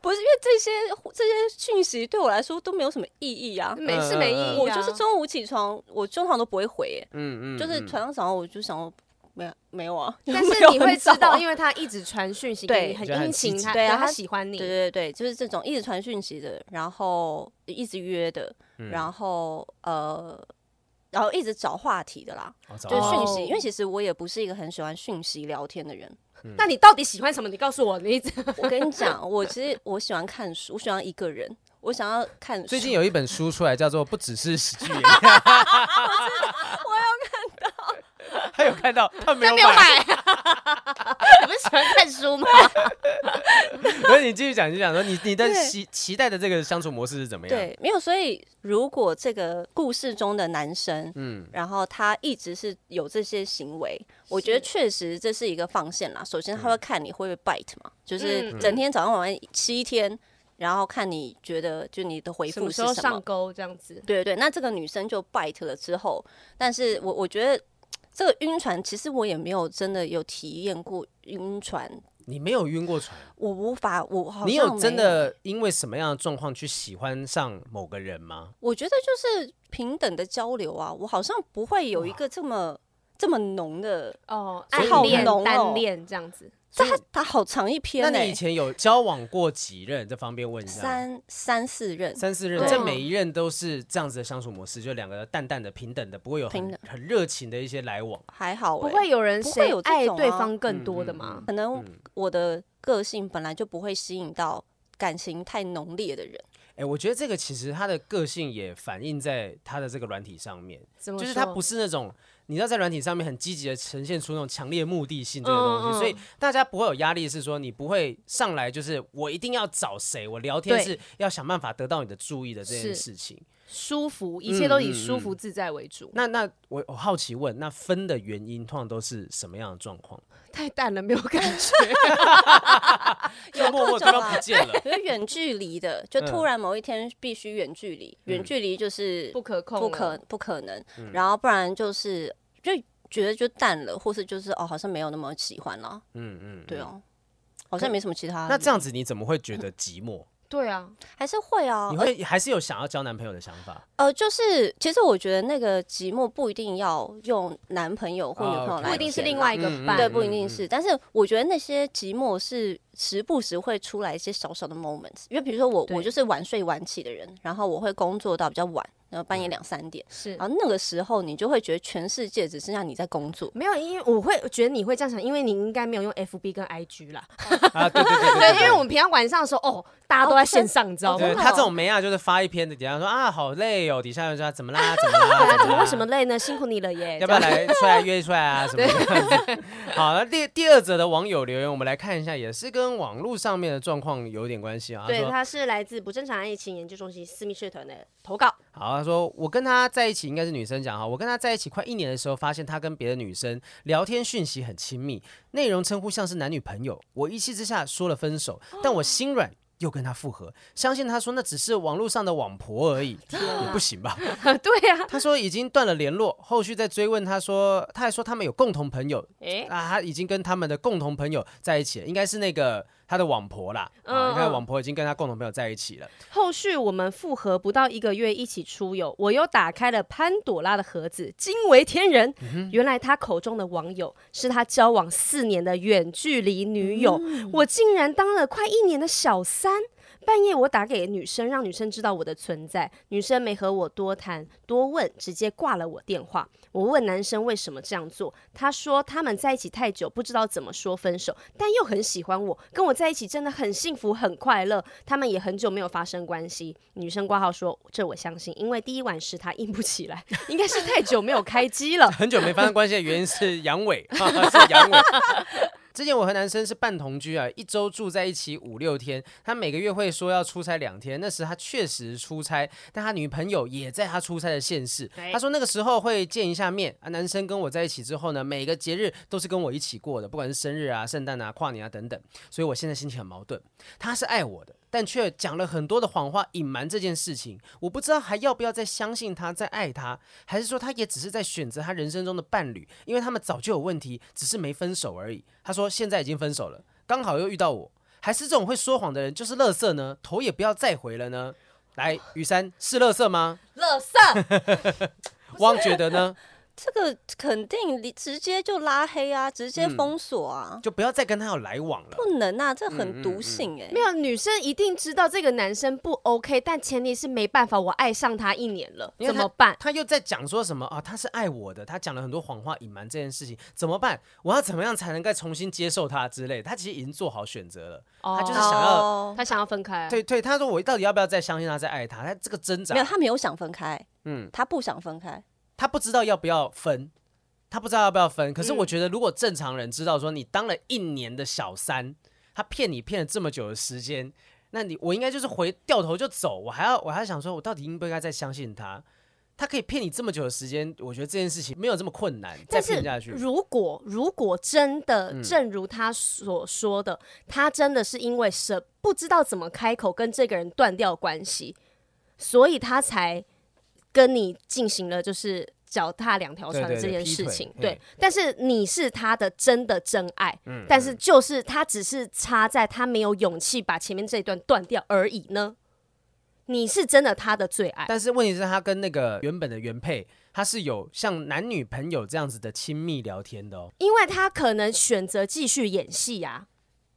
B: 不是因为这些这些讯息对我来说都没有什么意义啊。
C: 没事没意义、啊，
B: 我就是中午起床，我通常都不会回耶、
A: 嗯嗯，
B: 就是传到早上我就想说没有没有 啊，
C: 但是你会知道，因为他一直传讯息给你，
B: 对
C: 很
A: 就很
C: 殷
A: 积
C: 勤，
A: 极
C: 他
B: 对啊
C: 他
B: 他
C: 喜欢
B: 对
C: 你，
B: 对对，就是这种一直传讯息的，然后一直约的，然后呃，然后一直找话题的啦，
A: 哦早
B: 就
A: 安
B: 是
C: 哦
B: 讯息，因为其实我也不是一个很喜欢讯息聊天的人。
C: 那你到底喜欢什么？你告诉我，你一直
B: 我跟你讲，我其实我喜欢看书，我喜欢一个人，我想要看书。
A: 最 近有一本书出来，叫做《不只是喜剧演员》，我有看到，他有看到，他没
C: 他
A: 有
C: 没有
A: 买。
C: 买，你不是喜欢看书吗？
A: 啊 所以你继续讲，你讲说你你的
B: 对
A: 期期待的这个相处模式是怎么样？
B: 对，没有。所以如果这个故事中的男生，
A: 嗯，
B: 然后他一直是有这些行为，我觉得确实这是一个放线啦。首先
A: 嗯
B: 他会看你会不会 bite 嘛，就是
C: 嗯
B: 整天早上晚上七天，然后看你觉得就你的回
C: 什
B: 复
C: 么
B: 是
C: 时候
B: 什么
C: 上。钩这样子？
B: 对对，那这个女生就 bite 了之后，但是我我觉得这个晕船，其实我也没有真的有体验过晕船，
A: 你没有晕过船，
B: 我无法，我好像
A: 你
B: 有
A: 真？的因为什么样的状况去喜欢上某个人吗？
B: 我觉得就是平等的交流啊，我好像不会有一个这么这么浓的。
C: 哦，
B: 所
A: 以
C: 暗
A: 你
C: 恋、
B: 浓哦
C: 单恋这样子，
A: 所
B: 这
A: 以
B: 他他好长一篇
A: 那
B: 欸
A: 你以前有交往过几任？这方便问一下。
B: 三三四任，
A: 三四任，
B: 对
A: 这每一任都是这样子的相处模式，就两个淡淡的、平等的，不会有
B: 平
A: 很
B: 等
A: 很热情的一些来往。
B: 还好、
C: 不
B: 欸，
C: 会有人
B: 不会
C: 谁
B: 有这
C: 爱
B: 种
C: 对
B: 啊
C: 方更多的吗？
B: 可能
A: 嗯
B: 我的个性本来就不会吸引到感情太浓烈的人。
A: 哎、我觉得这个其实他的个性也反映在他的这个软体上面，
C: 怎么
A: 就是
C: 说
A: 他不是那种你知道在软体上面很积极的呈现出那种强烈目的性这个东
C: 嗯嗯
A: 西，所以大家不会有压力，是说你不会上来就是我一定要找谁，我聊天
C: 对
A: 是要想办法得到你的注意的这件
C: 是
A: 事情。
C: 舒服，一切都以
A: 嗯嗯
C: 舒服自在为主。
A: 那那我我好奇问，那分的原因通常都是什么样的状况？
C: 太淡了，没有感觉。
B: 有
A: 就默默
B: 各
A: 对
B: 种
A: 方
B: 啊
A: 不见了。
B: 比如远距离的，就突
A: 嗯
B: 然某一天必须远距离，远距离就是
C: 不可控
B: 不
C: 了，
B: 可不可能，
A: 嗯
B: 然后不然就是就觉得就淡了，或是就是哦，好像没有那么喜欢了，
A: 嗯嗯，
B: 对哦，好像没什么其他的。
A: 那
C: 嗯
A: 这样子你怎么会觉得寂寞？
C: 对啊，
B: 还是会啊
A: 你，会还是有想要交男朋友的想法？
B: 呃，就是其实我觉得那个寂寞不一定要用男朋友或女
A: 哦
B: 朋友
A: ，OK
B: 来，
C: 不一定是另
B: 外。
C: 外一个
A: 嗯嗯
C: 伴。
B: 对，
A: 嗯
B: 不一定是，但是我觉得那些寂寞是时不时会出来一些小小的 moments，因为比如说我，
C: 对
B: 我就是晚睡晚起的人，然后我会工作到比较晚，然后半
A: 嗯
B: 夜两三点，
C: 是
B: 然后那个时候你就会觉得全世界只剩下你在工作，
C: 没有，因为我会觉得你会这样想，因为你应该没有用 FB 跟 IG 啦。
A: 啊，对对 对
C: 对，因为我们平常晚上的时候，哦，大家都在线上，你知道
B: 哦
C: 吗
A: 对
B: 真？的
A: 他
B: 哦
A: 这种没啊，就是发一篇的，底下说啊好累哦，底下就说怎么啦怎么啦，
C: 对
A: 怎
C: 啊，怎
A: 么
C: 么
A: 啦
C: 为什么？累呢？辛苦你了耶！
A: 要不要来出来约出来 啊？什么的？好，那第第二则的网友留言，我们来看一下，也是跟网络上面的状况有点关系啊。他
C: 对，
A: 说
C: 他是来自不正常爱情研究中心私密社团的 投稿。
A: 好，他说我跟他在一起，应该是女生讲哈，我跟他在一起快一年的时候，发现他跟别的女生聊天讯息很亲密，内容称呼像是男女朋友。我一气之下说了分手，但我心软。又跟他复合，相信他说那只是网络上的网婆而已，也不行吧？
C: 对 啊，
A: 他说已经断了联络，后续再追问，他说他还说他们有共同朋友
C: 哎，
A: 啊，他已经跟他们的共同朋友在一起了，应该是那个他的网婆啦，啊，
C: 嗯
A: 你看
C: 嗯
A: 网婆已经跟他共同朋友在一起了，
C: 后续我们复合不到一个月，一起出游，我又打开了潘朵拉的盒子，惊为天人。原来他口中的网友是他交往四年的远距离女友，我竟然当了快一年的小三。半夜我打给女生，让女生知道我的存在，女生没和我多谈多问，直接挂了我电话。我问男生为什么这样做，他说他们在一起太久，不知道怎么说分手，但又很喜欢我，跟我在一起真的很幸福很快乐。他们也很久没有发生关系。女生挂号说这我相信，因为第一晚时他硬不起来， 应该是太久没有开机了。
A: 很久没发生关系的原因是阳痿，哈哈是阳痿。之前我和男生是半同居啊，一周住在一起五六天。他每个月会说要出差两天，那时他确实出差，但他女朋友也在他出差的县市
C: 哎。
A: 他说那个时候会见一下面啊。男生跟我在一起之后呢，每个节日都是跟我一起过的，不管是生日啊、圣诞啊、跨年啊等等。所以我现在心情很矛盾。他是爱我的，但却讲了很多的谎话，隐瞒这件事情。我不知道还要不要再相信他，再爱他，还是说他也只是在选择他人生中的伴侣，因为他们早就有问题，只是没分手而已。他说现在已经分手了，刚好又遇到我，还是这种会说谎的人就是乐色呢，头也不要再回了呢。来，雨山是乐色吗？
C: 乐色。
A: 汪觉得呢，
B: 这个肯定你直接就拉黑啊，直接
A: 嗯
B: 封锁啊，
A: 就不要再跟他有来往了。
B: 不能啊，这
A: 嗯嗯
B: 很毒性哎、
C: 没有，女生一定知道这个男生不 OK，但前提是没办法，我爱上他一年了，
A: 因为
C: 怎
A: 他
C: 么办？
A: 他又在讲说什么啊？他是爱我的，他讲了很多谎话，隐瞒这件事情，怎么办？我要怎么样才能再重新接受他之类？他其实已经做好选择了，
C: 他
A: 就是想要
B: 哦
C: 他想要分开啊，
A: 对对，他说我到底要不要再相信他，再爱他？他这个挣扎
B: 没有，，他没有想分开，
A: 嗯，
B: 他不想分开，
A: 他不知道要不要分，他不知道要不要分。可是
C: 嗯
A: 我觉得，如果正常人知道说你当了一年的小三，他骗你骗了这么久的时间，那你我应该就是回掉头就走，我还要我还要想说，我到底应不应该再相信他？他可以骗你这么久的时间，我觉得这件事情没有这么困难，再
C: 但
A: 骗
C: 是
A: 下去。嗯
C: 如果如果真的，正如他所说的，他真的是因为舍不知道怎么开口跟这个人断掉关系，所以他才跟你进行了就是脚踏两条船
A: 对
C: 的
A: 对
C: 这
A: 对
C: 件
A: 劈
C: 事
A: 腿
C: 情。
A: 嗯
C: 对，但是你是他的真的真爱，但是就是他只是差在他没有勇气把前面这一段断掉而已呢。你是真的他的最爱，
A: 但是问题是，他跟那个原本的原配，他是有像男女朋友这样子的亲密聊天的哦。
C: 因为他可能选择继续演戏啊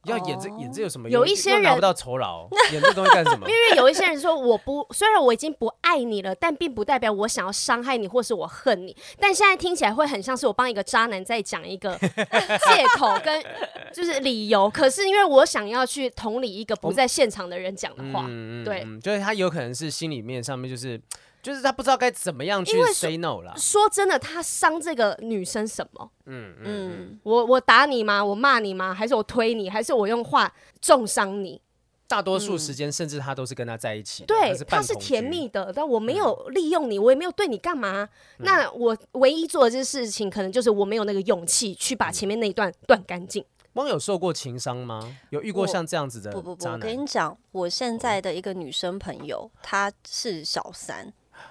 C: 呀、
A: 要演这
B: 哦
A: 演这有什么
C: 有
A: 用？
C: 一些
A: 又拿
C: 人
A: 不到酬劳，哦演这东西干什么？
C: 因为有一些人说，我不，虽然我已经不爱你了，但并不代表我想要伤害你，或是我恨你。但现在听起来会很像是我帮一个渣男在讲一个 借口跟就是理由。可是因为我想要去同理一个不在现场的人讲的话，
A: 哦嗯
C: 对
A: 嗯，就是他有可能是心里面上面就是，就是他不知道该怎么样去
C: 因为
A: say no 啦。
C: 说真的，他伤这个女生什么？
A: 嗯嗯，
B: 嗯，
C: 我我打你吗？我骂你吗？还是我推你？还是我用话重伤你？
A: 大多
B: 嗯
A: 数时间甚至他都是跟他在一起的，
C: 对
A: 他是，
C: 他
A: 半
C: 是
A: 同居嗯
C: 甜蜜的，但我没有利用你，我也没有对你干嘛。那我唯一做的这事情，可能就是我没有那个勇气去
A: 嗯
C: 把前面那一段断干净。
A: 汪有受过情伤吗？有遇过
B: 我
A: 像这样子的
B: 不不不，
A: 渣
B: 我跟
A: 男？哦
B: 你讲，我现在的一个女生朋友，她是小三，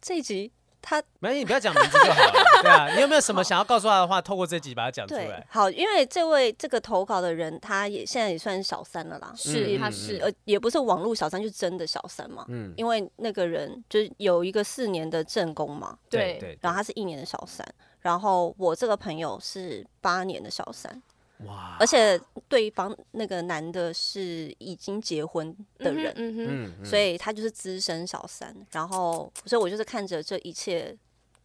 B: 这一集她
A: 没关系，你不要讲名字就好了。对啊，你有没有什么想要告诉他的话？透过这集把它讲出
B: 对
A: 来。
B: 好，因为这位这个投稿的人，他也现在也算是小三了啦，
A: 是
C: 是，
A: 他
C: 他
A: 是
C: 是，
B: 呃，也哦不是网络小三，就是真的小三嘛。
A: 嗯，
B: 因为那个人就是有一个四年的正宫嘛，
A: 对
C: 对
A: 对，
B: 然后他是一年的小三，然后我这个朋友是八年的小三，
A: 哇，
B: 而且对方那个男的是已经结婚的人，
C: 嗯哼，
A: 嗯，嗯
B: 所以他就是资深小三，然后所以我就是看着这一切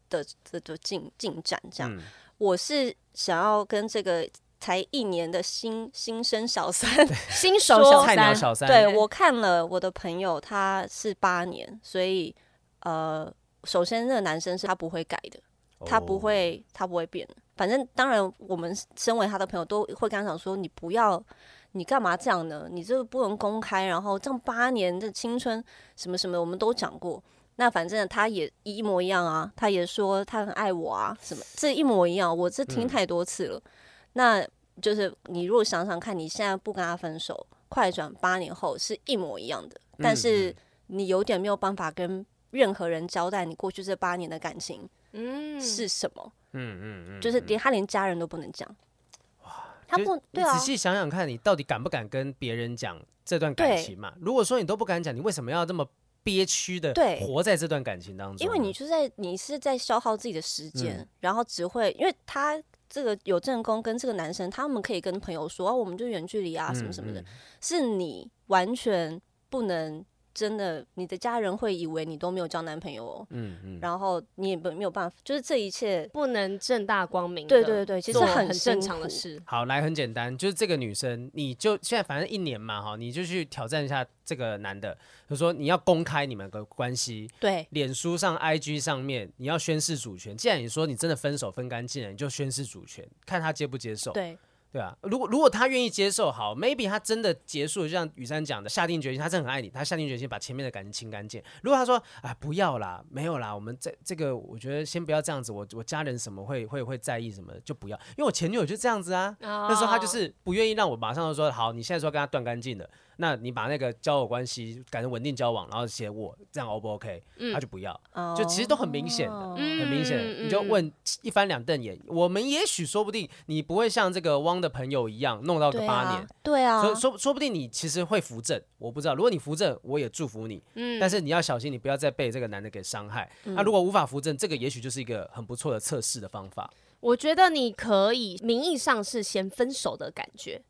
B: 的的的进进展这样。
A: 嗯
B: 我是想要跟这个才一年的新新生 小三，
C: 新手
B: 说
C: 小
A: 菜鸟
C: 三，
A: 小三，
B: 对我看了我的朋友他是八年，所以呃，首先那个男生是他不会改的，他
A: 哦
B: 不会他不会变的。反正当然，我们身为他的朋友都会跟他讲说，你不要。你干嘛这样呢？你这个不能公开，然后这样八年的青春什么什么，我们都讲过。那反正他也一模一样啊，他也说他很爱我啊，什么这一模一样，我这听太多次了。那就是你如果想想看，你现在不跟他分手，快转八年后是一模一样的，但是你有点没有办法跟任何人交代你过去这八年的感情
C: 嗯，
B: 是什么，
A: 嗯，嗯嗯嗯，
B: 就是连他连家人都不能讲。他
A: 就
B: 不
A: 你
B: 对啊
A: 仔，细想想看，你到底敢不敢跟别人讲这段感
B: 对
A: 情嘛？如果说你都不敢讲，你为什么要这么憋屈的
B: 对
A: 活在这段感情当中呢？嗯
B: 因为你就在你是在消耗自己的时间，然后只会因为他这个有正宫跟这个男生，他们可以跟朋友说啊，我们就远距离
A: 嗯
B: 啊，什么什么的，是你完全不能真的，你的家人会以为你都没有交男朋友哦，
A: 嗯嗯，
B: 然后你也没没有办法，就是这一切，
C: 不能正大光明地
B: 对
C: 做。
B: 对对其实很
C: 很正
B: 辛
C: 常的
B: 苦
C: 事。
A: 好，来很简单，就是这个女生，你就现在反正一年嘛哈，你就去挑战一下这个男的，就说你要公开你们的关系，
B: 对
A: 脸书上、IG 上面你要宣誓主权。既然你说你真的分手分干净了，你就宣誓主权，看他接不接受。
B: 对
A: 对啊，如果如果他愿意接受，好，maybe 他真的结束了，就像雨珊讲的，下定决心，他真的很爱你，他下定决心把前面的感情清干净。如果他说啊不要啦，没有啦，我们这这个我觉得先不要这样子，我我家人什么会会会在意什么的就不要，因为我前女友就这样子啊，那
C: 那
A: 时候他就是不愿意让我马上就说好，你现在说要跟他断干净了，那你把那个交友关系改成稳定交往，然后写我这样 O 不 OK？、
C: 嗯
A: 他就不要，
B: 哦
A: 就其实都很明显的很明显
C: 嗯，
A: 你就
C: 嗯
A: 问一翻两瞪眼。我们也许说不定你不会像这个汪的朋友一样弄到个
B: 对
A: 八
B: 啊
A: 年，，
B: 对啊，
A: 所以说说不定你其实会扶正，我不知道。如果你扶正，我也祝福你，
C: 嗯
A: 但是你要小心，你不要再被这个男的给伤害。那如果无法扶正，这个也许就是一个很不错的测试的方法。
C: 我觉得你可以名义上是先分手的感觉，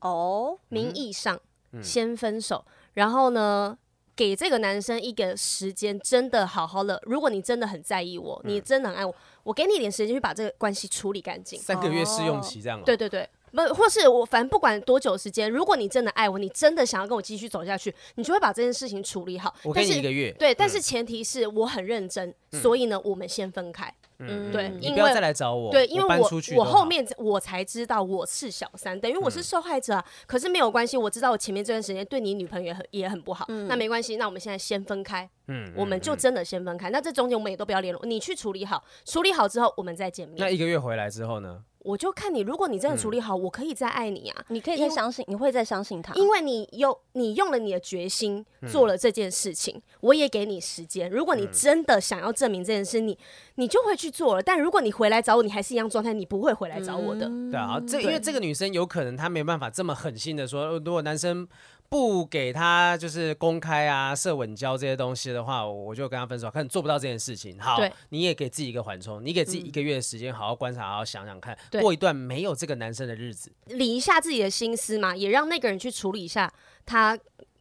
B: 哦，
C: 名
A: 嗯
C: 义上先分手，然后呢，给这个男生一个时间，真的好好的。如果你真的很在意我，
A: 嗯
C: 你真的很爱我，我给你一点时间去把这个关系处理干净。
A: 三个月试用
B: 哦
A: 期这样、哦，
C: 对对对。不，或是我反正不管多久时间，如果你真的爱我，你真的想要跟我继续走下去，你就会把这件事情处理好。
A: 我给
C: 但
A: 你一
C: 是
A: 个嗯月，
C: 对，但是前提是我很认真，所以呢，我们先分开。
B: 嗯，
C: 对
A: 你
C: 因
A: 不要
C: 为
A: 再来找我，
C: 对，因为
A: 搬
C: 我
A: 出去
C: 我
A: 都
C: 后
A: 好嗯
C: 面我才知道我是小三，等于我是受害者啊。可是没有关系，我知道我前面这段时间对你女朋友也很也很不好，那没关系，那我们现在先分开，
A: 嗯
C: 我们就真的先分开。那这中间我们也都不要联络，你去处理好，处理好之后我们再见
A: 那嗯
C: 面。
A: 一个月回来之后呢？
C: 我就看你，如果你真的处理好，我可以再爱你啊。
B: 你可以
C: 因
B: 再
C: 为
B: 相信，你会再相信他，
C: 因为你用你用了你的决心
A: 嗯
C: 做了这件事情，我也给你时间。如果你真的想要证明这件事，你你就会去做了。但如果你回来找我，你还是一样状态，你不会回来找我的。
A: 对啊，这因为这个女生有可能她没办法这么狠心的说，呃如果男生不给她就是公开啊、射稳交这些东西的话，我就跟她分手，可能做不到这件事情。好
C: 对，嗯
A: 你也给自己一个缓冲，你给自己一个月的时间，好好观察，好好想想看，
C: 对
A: 过一段没有这个男生的日子。
C: 理一下自己的心思嘛，也让那个人去处理一下他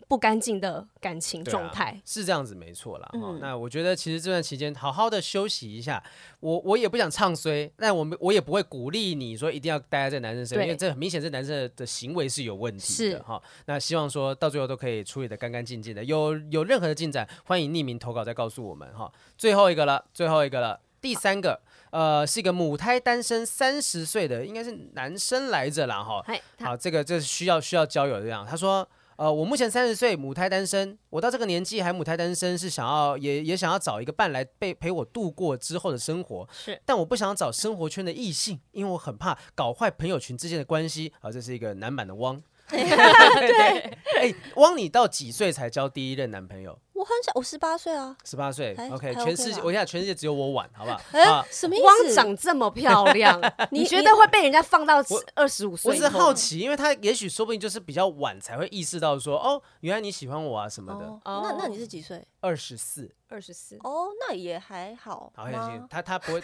C: 不干净的感情
A: 对
C: 状
A: 啊
C: 态。、
A: 是这样子没错啦。哈、
B: 嗯
A: 那我觉得其实这段期间好好的休息一下，我我也不想唱衰，但我们我也不会鼓励你说一定要待在这男生身边，
C: 对
A: 因为这很明显这男生的的行为是有问题的
C: 是
A: 哈、那希望说到最后都可以处理的干干净净的，有有任何的进展，欢迎匿名投稿再告诉我们哈、最后一个了，最后一个了，第三个。呃，是一个母胎单身三十岁的，应该是男生来着啦哈。
C: 嗨，哎他
A: 好，这个这是需要需要交友这样。他说，呃，我目前三十岁，母胎单身。我到这个年纪还母胎单身，是想要也也想要找一个伴来陪陪我度过之后的生活。
C: 是
A: 但我不想找生活圈的异性，因为我很怕搞坏朋友群之间的关系。啊，这是一个男版的 汪。对，哎，汪，你到几岁才交第一任男朋友？
B: 我很小，我十八岁啊，
A: 十八岁
B: 还
A: ，OK，
B: 还
A: 全
B: OK
A: 世界，
B: 吧
A: 我现在全世界只有我晚，好不好？啊
B: 哎，，什么意思？
C: 汪长这么漂亮，你觉得会被人家放到
A: 我
C: 二十五岁
A: 我
C: 以
A: 只
C: 后
A: 是
C: 吗？
A: 好奇，因为他也许说不定就是比较晚才会意识到说，哦，原来你喜欢我啊什么的
B: 哦。，
C: 哦
B: 那那你是几岁？
A: 二十四，
C: 二十四，
B: 哦，那也还好
A: 好像是
B: 吗？
A: 他他不 会，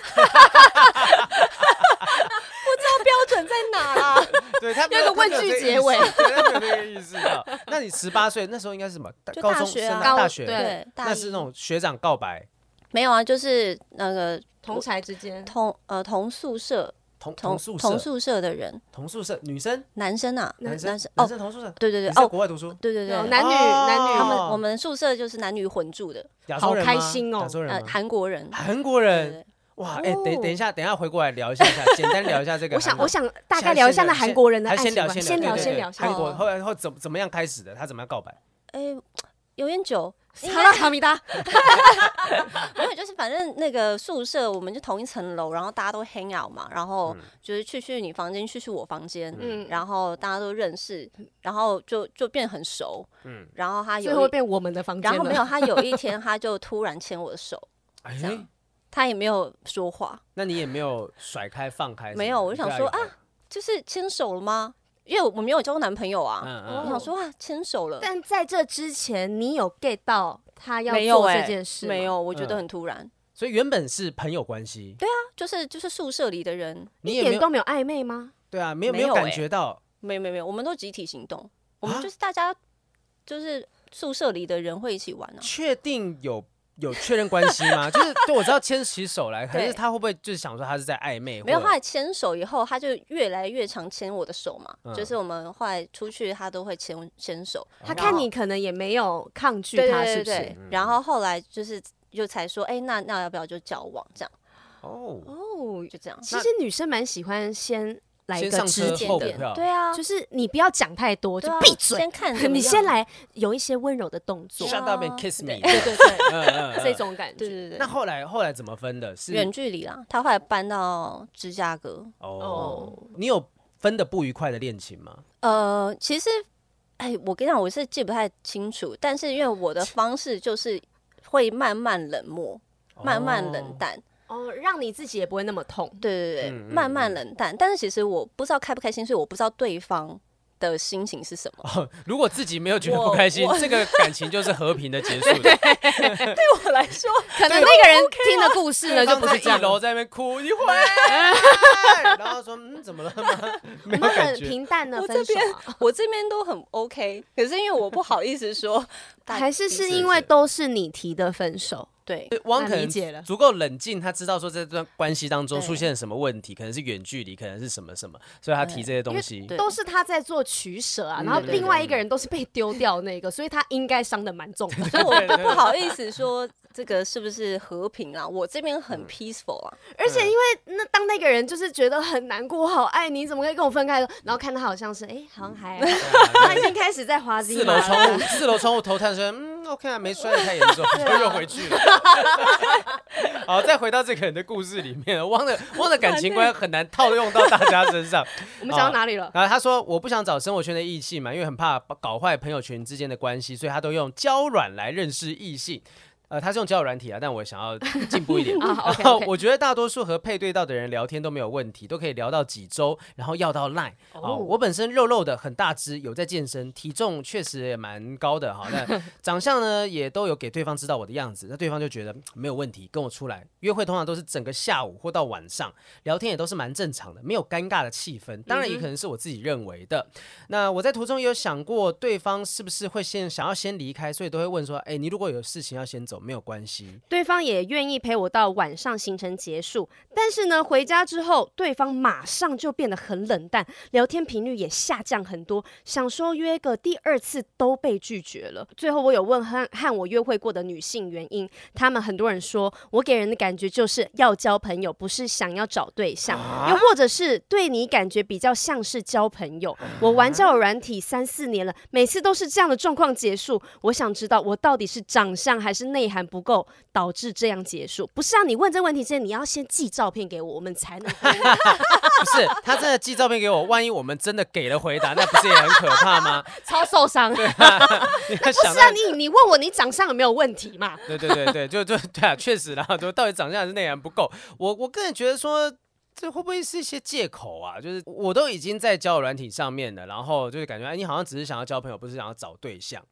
B: 标准在哪啦？
A: 对他没
C: 有
A: 他
C: 个
A: 没
C: 问句
A: 这个意
C: 结
A: 识
C: 尾
A: 对他没有这个意识到。那你十八岁那时候应该是什么？大
B: 就
A: 高
B: 大
A: 中
B: 学
A: 升
B: 啊
A: 大大
C: 高
A: 学，
C: 对
B: 对，大
A: 那
B: 一
A: 是那种学长告白，
B: 没有啊，就是那个
C: 同才之间
B: 同呃同宿舍
A: 同
B: 同
A: 同宿
B: 同
A: 舍，
B: 宿舍的人，
A: 同宿舍女生
B: 男生啊，
A: 男生
B: 男生
A: 男
B: 哦，
A: 生同宿舍，
B: 对对对
A: 你在
B: 哦，
A: 国外读书，
B: 对对
C: 有
B: 对，
C: 男女男女
B: 他们
A: 哦
B: 我们宿舍就是男女混住的，
A: 亚
C: 好
A: 洲人
C: 开
A: 吗
C: 心哦
A: 亚洲人
B: 呃，
A: 吗
B: 韩国人，
A: 韩国
B: 对
A: 人
B: 对
A: 哇，哎，等
C: 哦
A: 等一下，等一下回过来聊一 下下，简单聊一下这个
C: 我
A: 韩
C: 想，
A: 国。
C: 我想大概聊一下那韩国人的
A: 还
C: 爱
A: 先
C: 情
A: 聊
C: 观。
A: 先聊
C: 聊，
A: 对
C: 先
A: 对
C: 聊，
A: 韩国
B: 哦
A: 后来后怎怎么样开始的？他怎么样告白？
B: 对，哎，有点久，
C: 好了，卡米达，
B: 没有，就是反正那个宿舍我们就同一层楼，然后大家都 hang out 嘛，然
A: 嗯
B: 后就是去去你房间，去去我房间，
C: 嗯，
B: 然后大家都认识，然后就就变很熟，
A: 嗯
B: 然后他
C: 最后
B: 有一，
C: 变我们的房间
B: 然后
C: 了
B: 没有，他有一天他就突然牵我的手，
A: 哎
B: 这样他也没有说话，
A: 那你也没有甩开放开什么的？
B: 没有我就想说
A: 对
B: 啊，就是牵手了吗？因为我没有交过男朋友啊，
A: 嗯
B: 我
A: 嗯
B: 想说啊，牵手了，
C: 但在这之前，你有 get 到他要
B: 没有
C: 做
B: 哎、
C: 这件事吗
B: 没有，我觉得
A: 嗯
B: 很突然，
A: 所以原本是朋友关系，对啊，
B: 就是就是宿舍里的人，
A: 你
C: 一
A: 也没
C: 点
A: 有
C: 都没有暧昧吗？
A: 对啊，没有
B: 没
A: 有
B: 有
A: 感
B: 欸
A: 觉到，
B: 没有没有没有，我们都集体行动，我
A: 啊
B: 们就是大家就是宿舍里的人会一起玩啊。
A: 确定有有确认关系 吗？就是对我知道牵起手来，可是
B: 对
A: 他会不会就是想说他是在暧昧？
B: 没有，
A: 或
B: 后来牵手以后，他就越来越常牵我的手嘛，
A: 嗯
B: 就是我们后来出去，他都会牵牵手。
C: 他
B: 然
C: 看
B: 后
C: 你可能也没有抗拒
B: 对
C: 他，
B: 对对
C: 是不
B: 对
C: 是？
A: 嗯
B: 然后后来就是就才说，哎、那那要不要就交往这样？
A: 哦，
C: 哦，
B: 就这样，
C: 其实女生蛮喜欢先来一
A: 先
C: 个
A: 上
C: 肢
A: 车
C: 体
A: 后补
C: 的，
A: 票，
B: 对啊，
C: 就是你不要讲太多，就
B: 对啊
C: 闭嘴
B: 先，看怎么
C: 你
B: 样
C: 先。来有一些温柔的动作，
A: ，shut up and
B: 啊
A: kiss me，
B: 对对对对
A: 嗯嗯嗯
C: 这种感
B: 对
C: 觉。
B: 对对
A: 那后来后来怎么分的？是
B: 远距离啦，他后来搬到芝加哥。
A: 哦
C: 哦，
A: 你有分的不愉快的恋情吗？
B: 呃，其实，哎，我跟你讲，我是记不太清楚，但是因为我的方式就是会慢慢冷漠，慢慢冷
A: 哦，
B: 淡。
C: 哦，让你自己也不会那么 痛。
B: 对对对，
A: 嗯嗯
B: 慢慢
A: 嗯
B: 冷淡。但是其实我不知道开不开心，所以我不知道对方的心情是什
A: 哦
B: 么。
A: 如果自己没有觉得
B: 我
A: 不开心
B: 我，
A: 这个感情就是和平的结 束的。
B: 对我来说，
C: 可能那个人听的故 事呢，就不
A: 在
C: 是这样
A: 一。楼在那边哭，你回 来，然后说嗯怎么了吗？ 没
C: 我
A: 有
C: 们很
A: 感觉，
C: 平淡的
B: 我
C: 分
B: 这
C: 手
B: 边
C: 啊，
B: 我这边都很 OK，可是因为我不好意思 说，大
C: 还是是
A: 是
C: 因
A: 是
C: 为都是你提的分手。
B: 对
A: 汪
C: 那
A: 可
C: 理解了
A: 能足够冷静，他知道说这段关系当中
B: 对
A: 出现什么问题，可能是远距离，可能是什么什么，所以他提这些东西。
B: 对
C: 都是他在做取舍啊，
A: 嗯
C: 然后
B: 对对
C: 另外一个人都是被丢掉那个，所以他应该伤的蛮重的。
B: 所以我不好意思说这个是不是和平啊？我这边
A: 嗯
B: 很 peaceful 啊，
C: 而且因为那当那个人就是觉得很难过，我好爱你，怎么可以跟我分开？然后看他好像是哎、好像还好啊他已经开始在滑稽
A: 啊四楼
C: 了。
A: 窗户，四楼窗户头探说：“嗯，OK 啊，没摔得太严 重，
C: 啊
A: 就又回去了。”好，再回到这个人的故事里面， 汪的汪的感情观很难套用到大家身 上。
C: 我们讲到哪里了？
A: 然后他说：“我不想找生活圈的异性嘛，因为很怕搞坏朋友圈之间的关系，所以他都用交软来认识异性。呃，他是用交友软体啊，但我想要进步一 点。
C: 啊
A: 然
C: ，OK，OK
A: 后我觉得大多数和配对到的人聊天都没有问题，都可以聊到几周，然后要到 line。哦，我本身肉肉的，很大只，有在健身，体重确实也蛮高的哈。那长相呢，也都有给对方知道我的样子，那对方就觉得嗯没有问题，跟我出来约会通常都是整个下午或到晚上，聊天也都是蛮正常的，没有尴尬的气氛。当然也可能是我自己认为的。那我在途中也有想过，对方是不是会先想要先离开，所以都会问说：“哎，你如果有事情要先走，没有关系。
C: 对方也愿意陪我到晚上行程结束，但是呢，回家之后，对方马上就变得很冷淡，聊天频率也下降很多。想说约个第二次都被拒绝了。最后我有问和和我约会过的女性原因，她们很多人说我给人的感觉就是要交朋友，不是想要找对象，又或者是对你感觉比较像是交朋友。我玩交友软体三四年了，每次都是这样的状况结束。我想知道我到底是长相还是内涵不够导致这样结束？不是啊，你问这问题之前，你要先寄照片给我，我们才能回应。
A: 不是，他真的寄照片给我，万一我们真的给了回答，那不是也很可怕 吗？
C: 超受伤。
A: 你要想
C: 啊是
A: 到
C: 啊，你你问我你长相有没有问题嘛？
A: 对对对对，就就 对啊，确实啦，就到底长相还是内涵不够。我我个人觉得说，这会不会是一些借口啊？就是我都已经在交友软体上面了，然后就是感觉哎，你好像只是想要交朋友，不是想要找对象。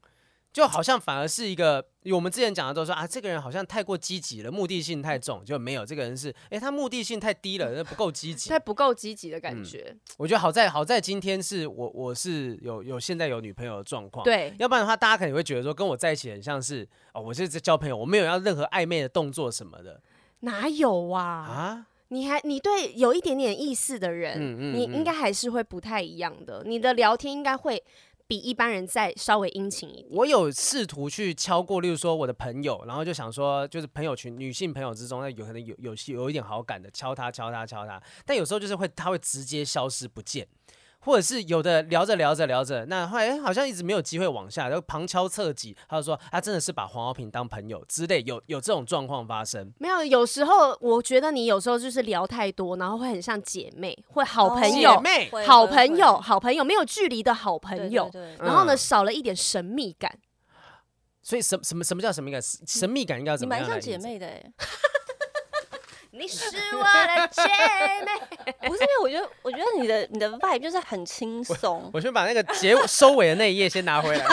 A: 就好像反而是一个，我们之前讲的都说啊，这个人好像太过积极了，目的性太重，就没有这个人是，哎、他目的性太低了，那不够积极。
C: 他不够积极的感觉。
A: 我觉得好在好在今天是我我是有有现在有女朋友的状况，
C: 对，
A: 要不然的话，大家可能会觉得说，跟我在一起很像是哦，我是在交朋友，我没有要任何暧昧的动作什么的
C: 哪有啊？
A: 啊。
C: 你还你对有一点点意思的人，
A: 嗯嗯
C: 你
A: 嗯
C: 应该还是会不太一样的。你的聊天应该会比一般人再稍微殷勤一点。
A: 我有试图去敲过，例如说我的朋友，然后就想说，就是朋友群女性朋友之中，那有可能有有些有一点好感的，敲他敲他敲他，但有时候就是会他会直接消失不见。或者是有的聊着聊着聊着，那后来哎好像一直没有机会往下，然后旁敲侧击，他就说啊，真的是把黄豪平当朋友之类，有有这种状况发生。
C: 没有，有时候我觉得你有时候就是聊太多，然后会很像姐妹，会好朋
A: 哦姐
C: 友、
A: 妹，
B: 会
C: 好
B: 会
C: 朋友、
B: 会
C: 好朋友，没有距离的好
B: 对
C: 朋
B: 对
C: 友。
B: 对
A: 嗯
C: 然后呢，少了一点神秘 感。
A: 所以什什么什么叫神秘感？神秘感应该要
B: 你
A: 怎么
B: 蛮
A: 样啊来
B: 像
A: 理解？
B: 姐 妹的哎，
C: 你是我的姐妹。
B: 不是因为我觉得，我觉得你的你的 vibe 就是很轻松，
A: 我先把那个结尾收尾的那一页先拿回来。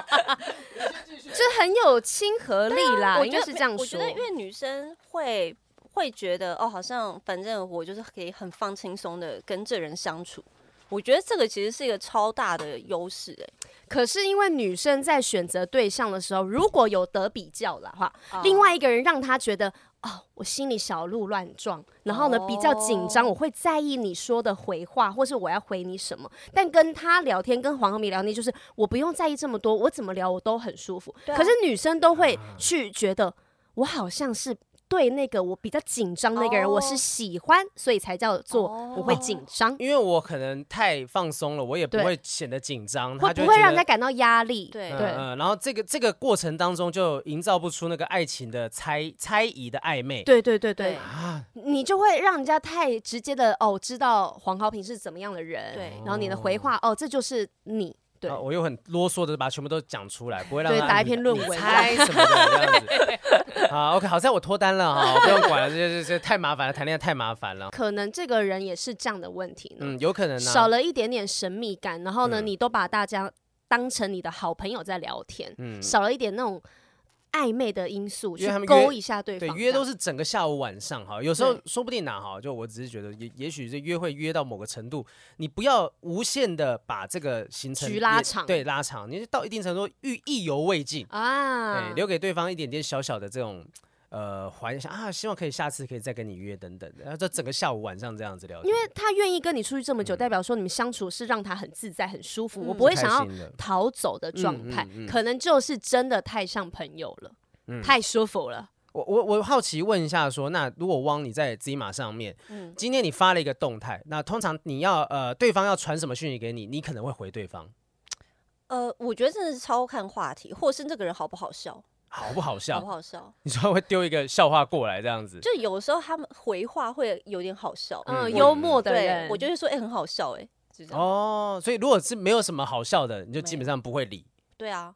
C: 就很有亲和力啦，
B: 我
C: 应
B: 觉
C: 该
B: 得
C: 啊是这样
B: 啊我觉
C: 说
B: 得，。因为女生会会觉得哦，好像反正我就是可以很放轻松的跟这人相处。我觉得这个其实是一个超大的优势、欸，
C: 可是因为女生在选择对象的时候，如果有得比较的话，
B: 啊
C: 另外一个人让她觉得哦，我心里小鹿乱撞，然后呢比较紧张，
B: 哦
C: 我会在意你说的回话，或是我要回你什么。但跟他聊天，跟黄鹤鸣聊天，就是我不用在意这么多，我怎么聊我都很舒服。
B: 对啊
C: 可是女生都会去觉得，我好像是。对那个我比较紧张那个人，
B: 哦
C: 我是喜欢，所以才叫做我会紧张，
A: 因为我可能太放松了，我也不
C: 对
A: 会显得紧张，
C: 会
A: 他就
C: 不会
A: 觉
C: 让人
A: 得
C: 家感到压力？
B: 对
A: 嗯
C: 对
A: 嗯，然后这个这个过程当中就营造不出那个爱情的猜猜疑的暧昧，
C: 对对对
B: 对
C: 对，
A: 啊，
C: 你就会让人家太直接的哦，知道黄豪平是怎么样的人，
B: 对
C: 然后你的回话哦，这就是你，对
A: 啊，我又很啰嗦的把它全部都讲出来，不会让
C: 对
A: 他
C: 打一
A: 你
C: 篇论
A: 你
C: 文
A: 猜什么的 这样子。 好，OK，好在我脱单了哈，不用管了，这这这太麻烦了，谈恋爱太麻烦了。
C: 可能这个人也是这样的问题呢，
A: 嗯，有可能呢、
C: 少了一点点神秘感，然后呢，
A: 嗯
C: 你都把大家当成你的好朋友在聊天，
A: 嗯，
C: 少了一点那种暧昧的因素
A: 因
C: 去
A: 为他们约
C: 勾一下对
A: 对
C: 方，
A: 约都
C: 是
A: 是整个下午晚上哈，有时候
C: 对
A: 说不定哪哈，就我只是觉得也也许这约会约到某个程度，你不要无限的把这个行程
C: 局拉
A: 也
C: 长
A: 对拉长，你就到一定程度欲意犹未尽，哎、
C: 啊，
A: 留给对方一点点小小的这种呃怀想啊，希望可以下次可以再跟你约等等的，然后这整个下午晚上这样子聊天，
C: 因为他愿意跟你出去这么久，代表说你们相处是让他很自在、很舒服，
B: 嗯
C: 我不会
A: 嗯开
C: 想要
A: 心的
C: 逃走的状态，
A: 嗯嗯嗯
C: 可能就是真的太像朋友了，
A: 嗯
C: 太舒服了。
A: 我我我好奇问一下说，那如果汪你在 Z 马上面，
B: 嗯，
A: 今天你发了一个动态，那通常你要呃对方要传什么讯息给你，你可能会回对方
B: 呃，我觉得真的是超看话题，或是这个人好不好笑，
A: 好不好
B: 好
A: 笑？
B: 不好笑？
A: 你说会丢一个笑话过来这样子，
B: 就有时候他们回话会有点好笑，
A: 嗯
C: 嗯，
A: 我
C: 幽默的
B: 对
C: 人，
B: 我就会说，哎、很好笑、哎，就这样。
A: 哦，所以如果是没有什么好笑的，你就基本上不会理，
B: 对啊，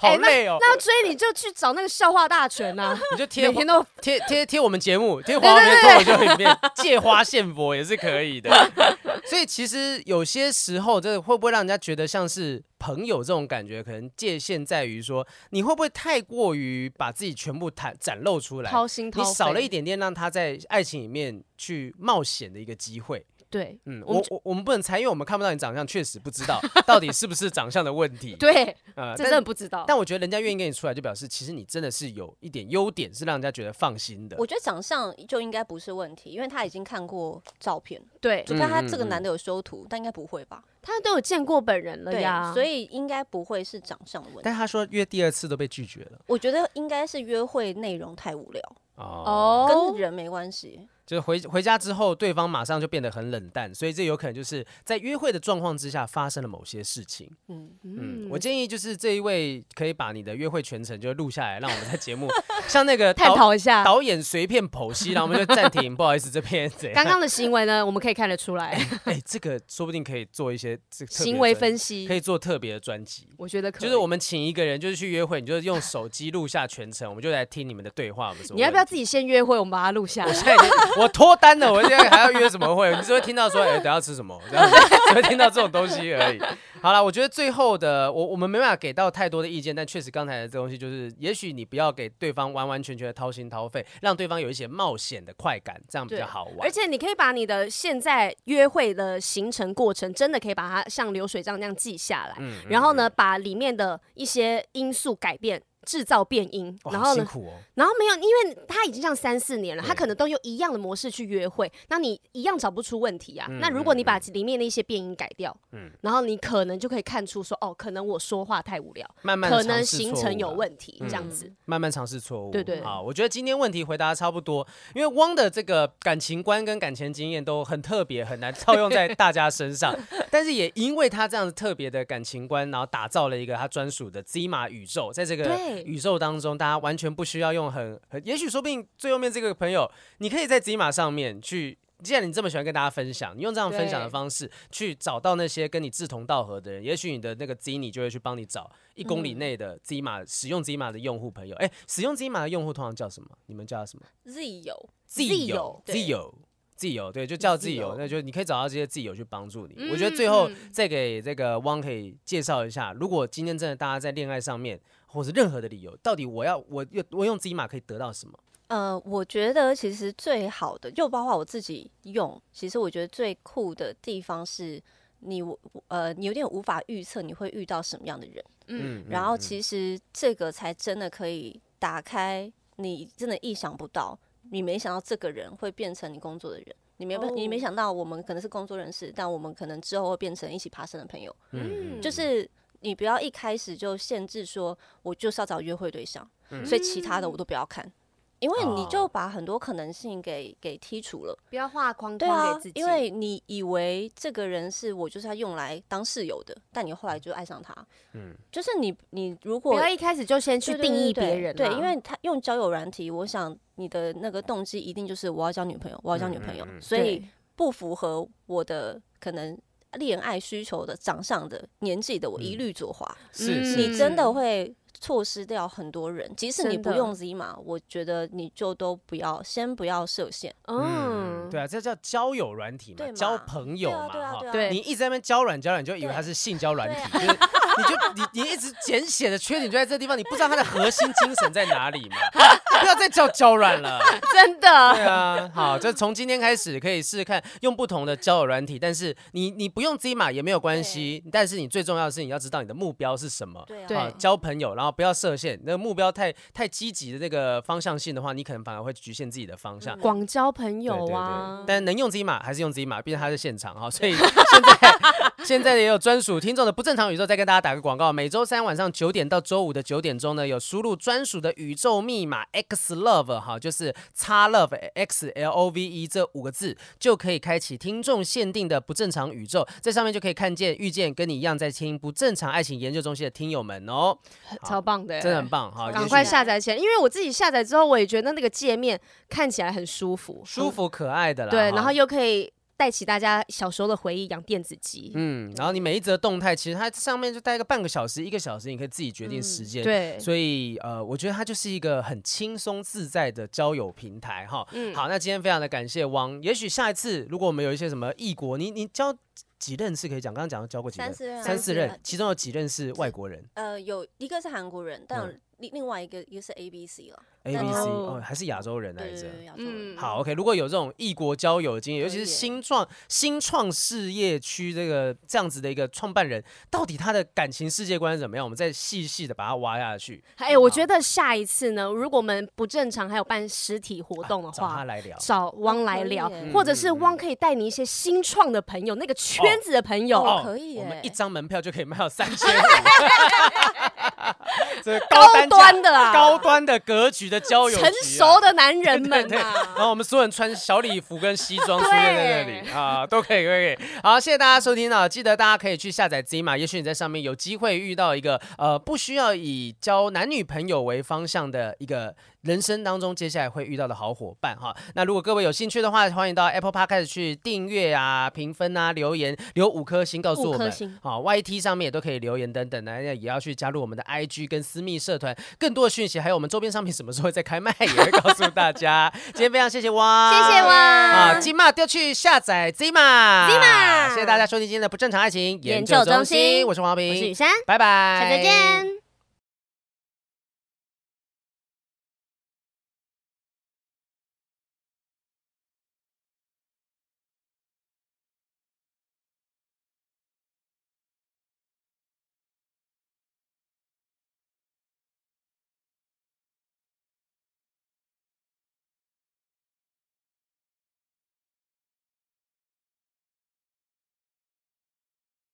A: 好累哦。
C: 哎那所以你就去找那个笑话大全啊呐、
A: 你就贴
C: 每天都
A: 贴贴贴我们节目，贴黄梅脱口秀里面借花献佛也是可以的。 所以其实有些时候，这会不会让人家觉得像是朋友这种感觉？可能界限在于说，你会不会太过于把自己全部袒展露出 来？
C: 掏心掏
A: 你
C: 肺，
A: 少了一点点让他在爱情里面去冒险的一个机会。
C: 对
A: 嗯，我
C: 我们
A: 我我们不能猜，因为我们看不到你长相，确实不知道到底是不是长相的问题。
C: 对，
A: 呃
C: 这真的不知道。
A: 但我觉得人家愿意跟你出来，就表示其实你真的是有一点优点，是让人家觉得放心的。
B: 我觉得长相就应该不是问题，因为他已经看过照片，
C: 对
B: 就看他
A: 嗯嗯
B: 这个
A: 嗯
B: 男的有修图，但应该不会吧？
C: 他都有见过本人了
B: 对
C: 呀，，
B: 所以应该不会是长相的问题。
A: 但他说约第二次都被拒绝了。
B: 我觉得应该是约会内容太无聊，
A: 哦，
C: 哦，
B: 跟人没关系。
A: 就是回回家之后，对方马上就变得很冷淡，所以这有可能就是在约会的状况之下发生了某些事情。
B: 嗯，
A: 嗯，我建议就是这一位可以把你的约会全程就录下来，让我们在 节目像那个
C: 探
A: 导
C: 讨一下
A: 导演随便剖析，然后我们就暂停，不好意思，这边怎样？
C: 刚刚的行为呢，我们可以看得 出来，
A: 哎，这个说不定可以做一些这特别
C: 行为
A: 专
C: 分
A: 可
C: 析，
A: 以做特别的专辑。
C: 我觉得可以。
A: 就是我们请一个人，就是去约会，你就用手机录下全程，我们就来听你们的对话。我们说
C: 你要不要自己先约会，我们把它录下
A: 我
C: 来？
A: 现在已经我脱单了，我现在还要约什么会？你只会听到说，哎、等下吃什么？这样子只会听到这种 东西而已。好了，我觉得最后的我我们没办法给到太多的意见，但确实刚才的这东西就是，也许你不要给对方完完全全的掏心掏肺，让对方有一些冒险的快感，这样比较好玩。
C: 而且你可以把你的现在约会的行程过程，真的可以把它像流水账那样记下来，
A: 嗯，嗯
C: 然后呢，，把里面的一些因素改变。制造变音，
A: 哇
C: 然
A: 好
C: 后
A: 辛
C: 呢？
A: 苦哦，嗯
C: 然后没有，因为他已经这样三四年了，
A: 对
C: 他可能都用一样的模式去约会，那你一样找不出问题啊。那如果你把里面的一些变音改掉，
A: 嗯
C: 然后你可能就可以看出说，哦，可能我说话太无聊，
A: 慢慢地
C: 可能
A: 尝试
C: 行
A: 错
C: 程
A: 误
C: 有
A: 啦
C: 问题，
A: 嗯
C: 这样子。
A: 慢慢尝试错误。
C: 对对
A: 好，我觉得今天问题回答得差不多，因为汪的这个感情观跟感情经验都很特别，很难套用在大家身 上。但是也因为他这样子特别的感情观，然后打造了一个他专属的 Z 马宇宙，在这个
C: 对
A: 宇宙当中，大家完全不需要用很很，也许说不定最后面这个朋友，你可以在 Z 马上面去。既然你这么喜欢跟大家分享，你用这样分享的
C: 对
A: 方式去找到那些跟你志同道合的人，也许你的那个 Z 你就会去帮你找一公里内的 Z 码使用 Z 码的用户朋友。哎、嗯使用 Z 码的用户通常叫什么？你们叫他什么
B: Z 有，
A: ？Z 友
C: 友
A: ，Z
B: 对
A: 友自由，对，就叫自
C: 自
A: 由
C: 由，
A: 那就你可以找到这些自由去帮助你。我觉得最后
C: 嗯嗯
A: 再给这个汪可以介绍一下，如果今天真的大家在恋爱上面，或是任何的理由，到底我要我我用自己码可以得到什么？
B: 呃，我觉得其实最好的，就包括我自己用，其实我觉得最酷的地方是你，我呃，你有点无法预测你会遇到什么样的人，
C: 嗯，
A: 嗯，
B: 然后
A: 嗯
B: 其实这个才真的可以打开你真的意想不到，你没想到这个人会变成你工作的人。你没办你没
C: 哦
B: 想到我们可能是工作人士，但我们可能之后会变成一起爬山的朋友。
A: 嗯嗯
B: 就
A: 嗯
B: 是你不要一开始就限制说，我就是要找约会对象，所以其他的我都不要看，因为你就
A: 嗯哦
B: 把很多可能性给给剔除了。
C: 不要画框
B: 对
C: 框
B: 啊
C: 嗯给自，己，
B: 因为你以为这个人是我就是要用来当室友的，但你后来就爱上他。嗯，就是你你如
C: 不
B: 果
C: 要一开始就先去
B: 对对
C: 定义
B: 对
C: 别人啦，啊
B: 对，因为他用交友软体，我想你的那个动机一定就是我要交女朋友，我要交女朋友，
A: 嗯嗯嗯
B: 所以
C: 对
B: 不符合我的可能恋爱需求的、长相的、年纪的，我
A: 嗯
B: 一律左滑。
A: 是是
B: 你
A: 是
B: 真的
C: 嗯
B: 会错失掉很多人。即使你
C: 真
B: 不
C: 的
B: 用 Z 码，我觉得你就都不要，先不要设限。
A: 嗯，
C: 嗯，
A: 对啊，这叫交友软体嘛
B: 对，嘛
A: 交朋友
B: 对啊，
A: 嘛，
B: 对啊，
A: 哈
B: 对啊。
C: 对
A: 你一直在那边交软交软，你就以为
B: 对
A: 它是性交软
B: 对
A: 体，
B: 啊
A: 就是你就你你一直简写的缺点就在这地方，你不知道它的核心精神在哪里嘛？不要再叫交软了。
C: 真的
A: 对啊，好，就从今天开始可以试试看用不同的交友软体，但是你你不用 Z 码也没有关系，但是你最重要的是你要知道你的目标是什么。
B: 对啊，
C: 对
A: 好，交朋友，然后不要设限。那个目标太太积极的那个方向性的话，你可能反而会局限自己的方向。
C: 广交朋友
A: 对对
C: 啊
A: 对，，但能用 Z 码还是用 Z 码，毕竟它是现场哈，所以现在现在也有专属听众的不正常宇宙，再跟大家打个广告，每周三晚上九点到周五的九点钟呢，有输入专属的宇宙密码 X Love 哈，就是 X Love X L O V E 这五个字，就可以开启听众限定的不正常宇宙，在上面就可以看见遇见跟你一样在听不正常爱情研究中心的听友们哦，好
C: 超棒的，
A: 真 的很。棒哈，
B: 赶
A: 也
C: 赶
A: 许
C: 快
B: 是
C: 下载起来，因为我自己下载之后，我也觉得那个界面看起来很舒服，
A: 舒服可爱的啦，
C: 对，
A: 哈
C: 然后又可以带起大家小时候的回忆，养电子机。
A: 嗯，然后你每一则动态，其实它上面就待个半个小时、一个小时，你可以自己决定
B: 嗯
A: 时间。
C: 对，
A: 所以呃，我觉得它就是一个很轻松自在的交友平台哈。
B: 嗯
A: 好，那今天非常的感谢汪，也许下一次如果我们有一些什么异国，你你交几任是可以讲，刚刚讲到交过几
B: 三
A: 任，啊
B: 十人，
A: 三四任
B: 人，，
A: 其中有几任是外国人
B: 呃，有一个是韩国人，但
A: 嗯
B: 另另外一个一个是 A B C 了，
A: ，A
B: 但
A: B
B: 他
A: C
C: 哦
A: 哦，还是亚洲人来
B: 对
A: 着
B: 对。对，亚洲人。
C: 嗯
A: 好，OK。如果有这种异国交友的经验，尤其是
B: 可以耶
A: 新创新创事业区这个这样子的一个创办人，到底他的感情世界观是怎么样？我们再细细的把它挖下去，
C: 哎、我觉得下一次呢，如果我们不正常还有办实体活动的
A: 啊找
C: 话，
A: 他来聊。嗯
C: 找汪
B: 哦
C: 来
B: 可以
C: 聊，
B: 耶
C: 或者是汪可以带你一些新创的朋友，那个圈子的朋友，
B: 哦可以
A: 我们
B: 耶
A: 一张门票就可以卖到三千 五，这高
C: 高
A: 单价
C: 端的啊，
A: 高端的格局的交友局啊、
C: 成熟的男人 们
A: 对
C: 啊，
A: 然后我们所有人穿小礼服跟西装出现在那里啊，都可以，可以。好，谢谢大家收听啊！记得大家可以去下载 Z 嘛，也许你在上面有机会遇到一个呃，不需要以交男女朋友为方向的一个人生当中接下来会遇到的好伙伴哈。那如果各位有兴趣的话，欢迎到 Apple Park 开始去订阅啊、评分啊、留言留五颗星告诉我
C: 五颗
A: 们
C: 星，
A: 好、YT 上面也都可以留言等等的，那也要去加入我们的 IG 跟私密社团，更多的讯息还有我们周边商品什么时候会再开卖也会告诉大 家。今天非常谢谢汪，
C: 谢谢汪
A: 啊，金马丢去下载 Z 嘛 Z 嘛，谢谢大家收听今天的不正常爱情
C: 研究中心
A: 我是黄浩
C: 我是雨
A: 平，
C: 珊，
A: 拜拜，
C: 下次见。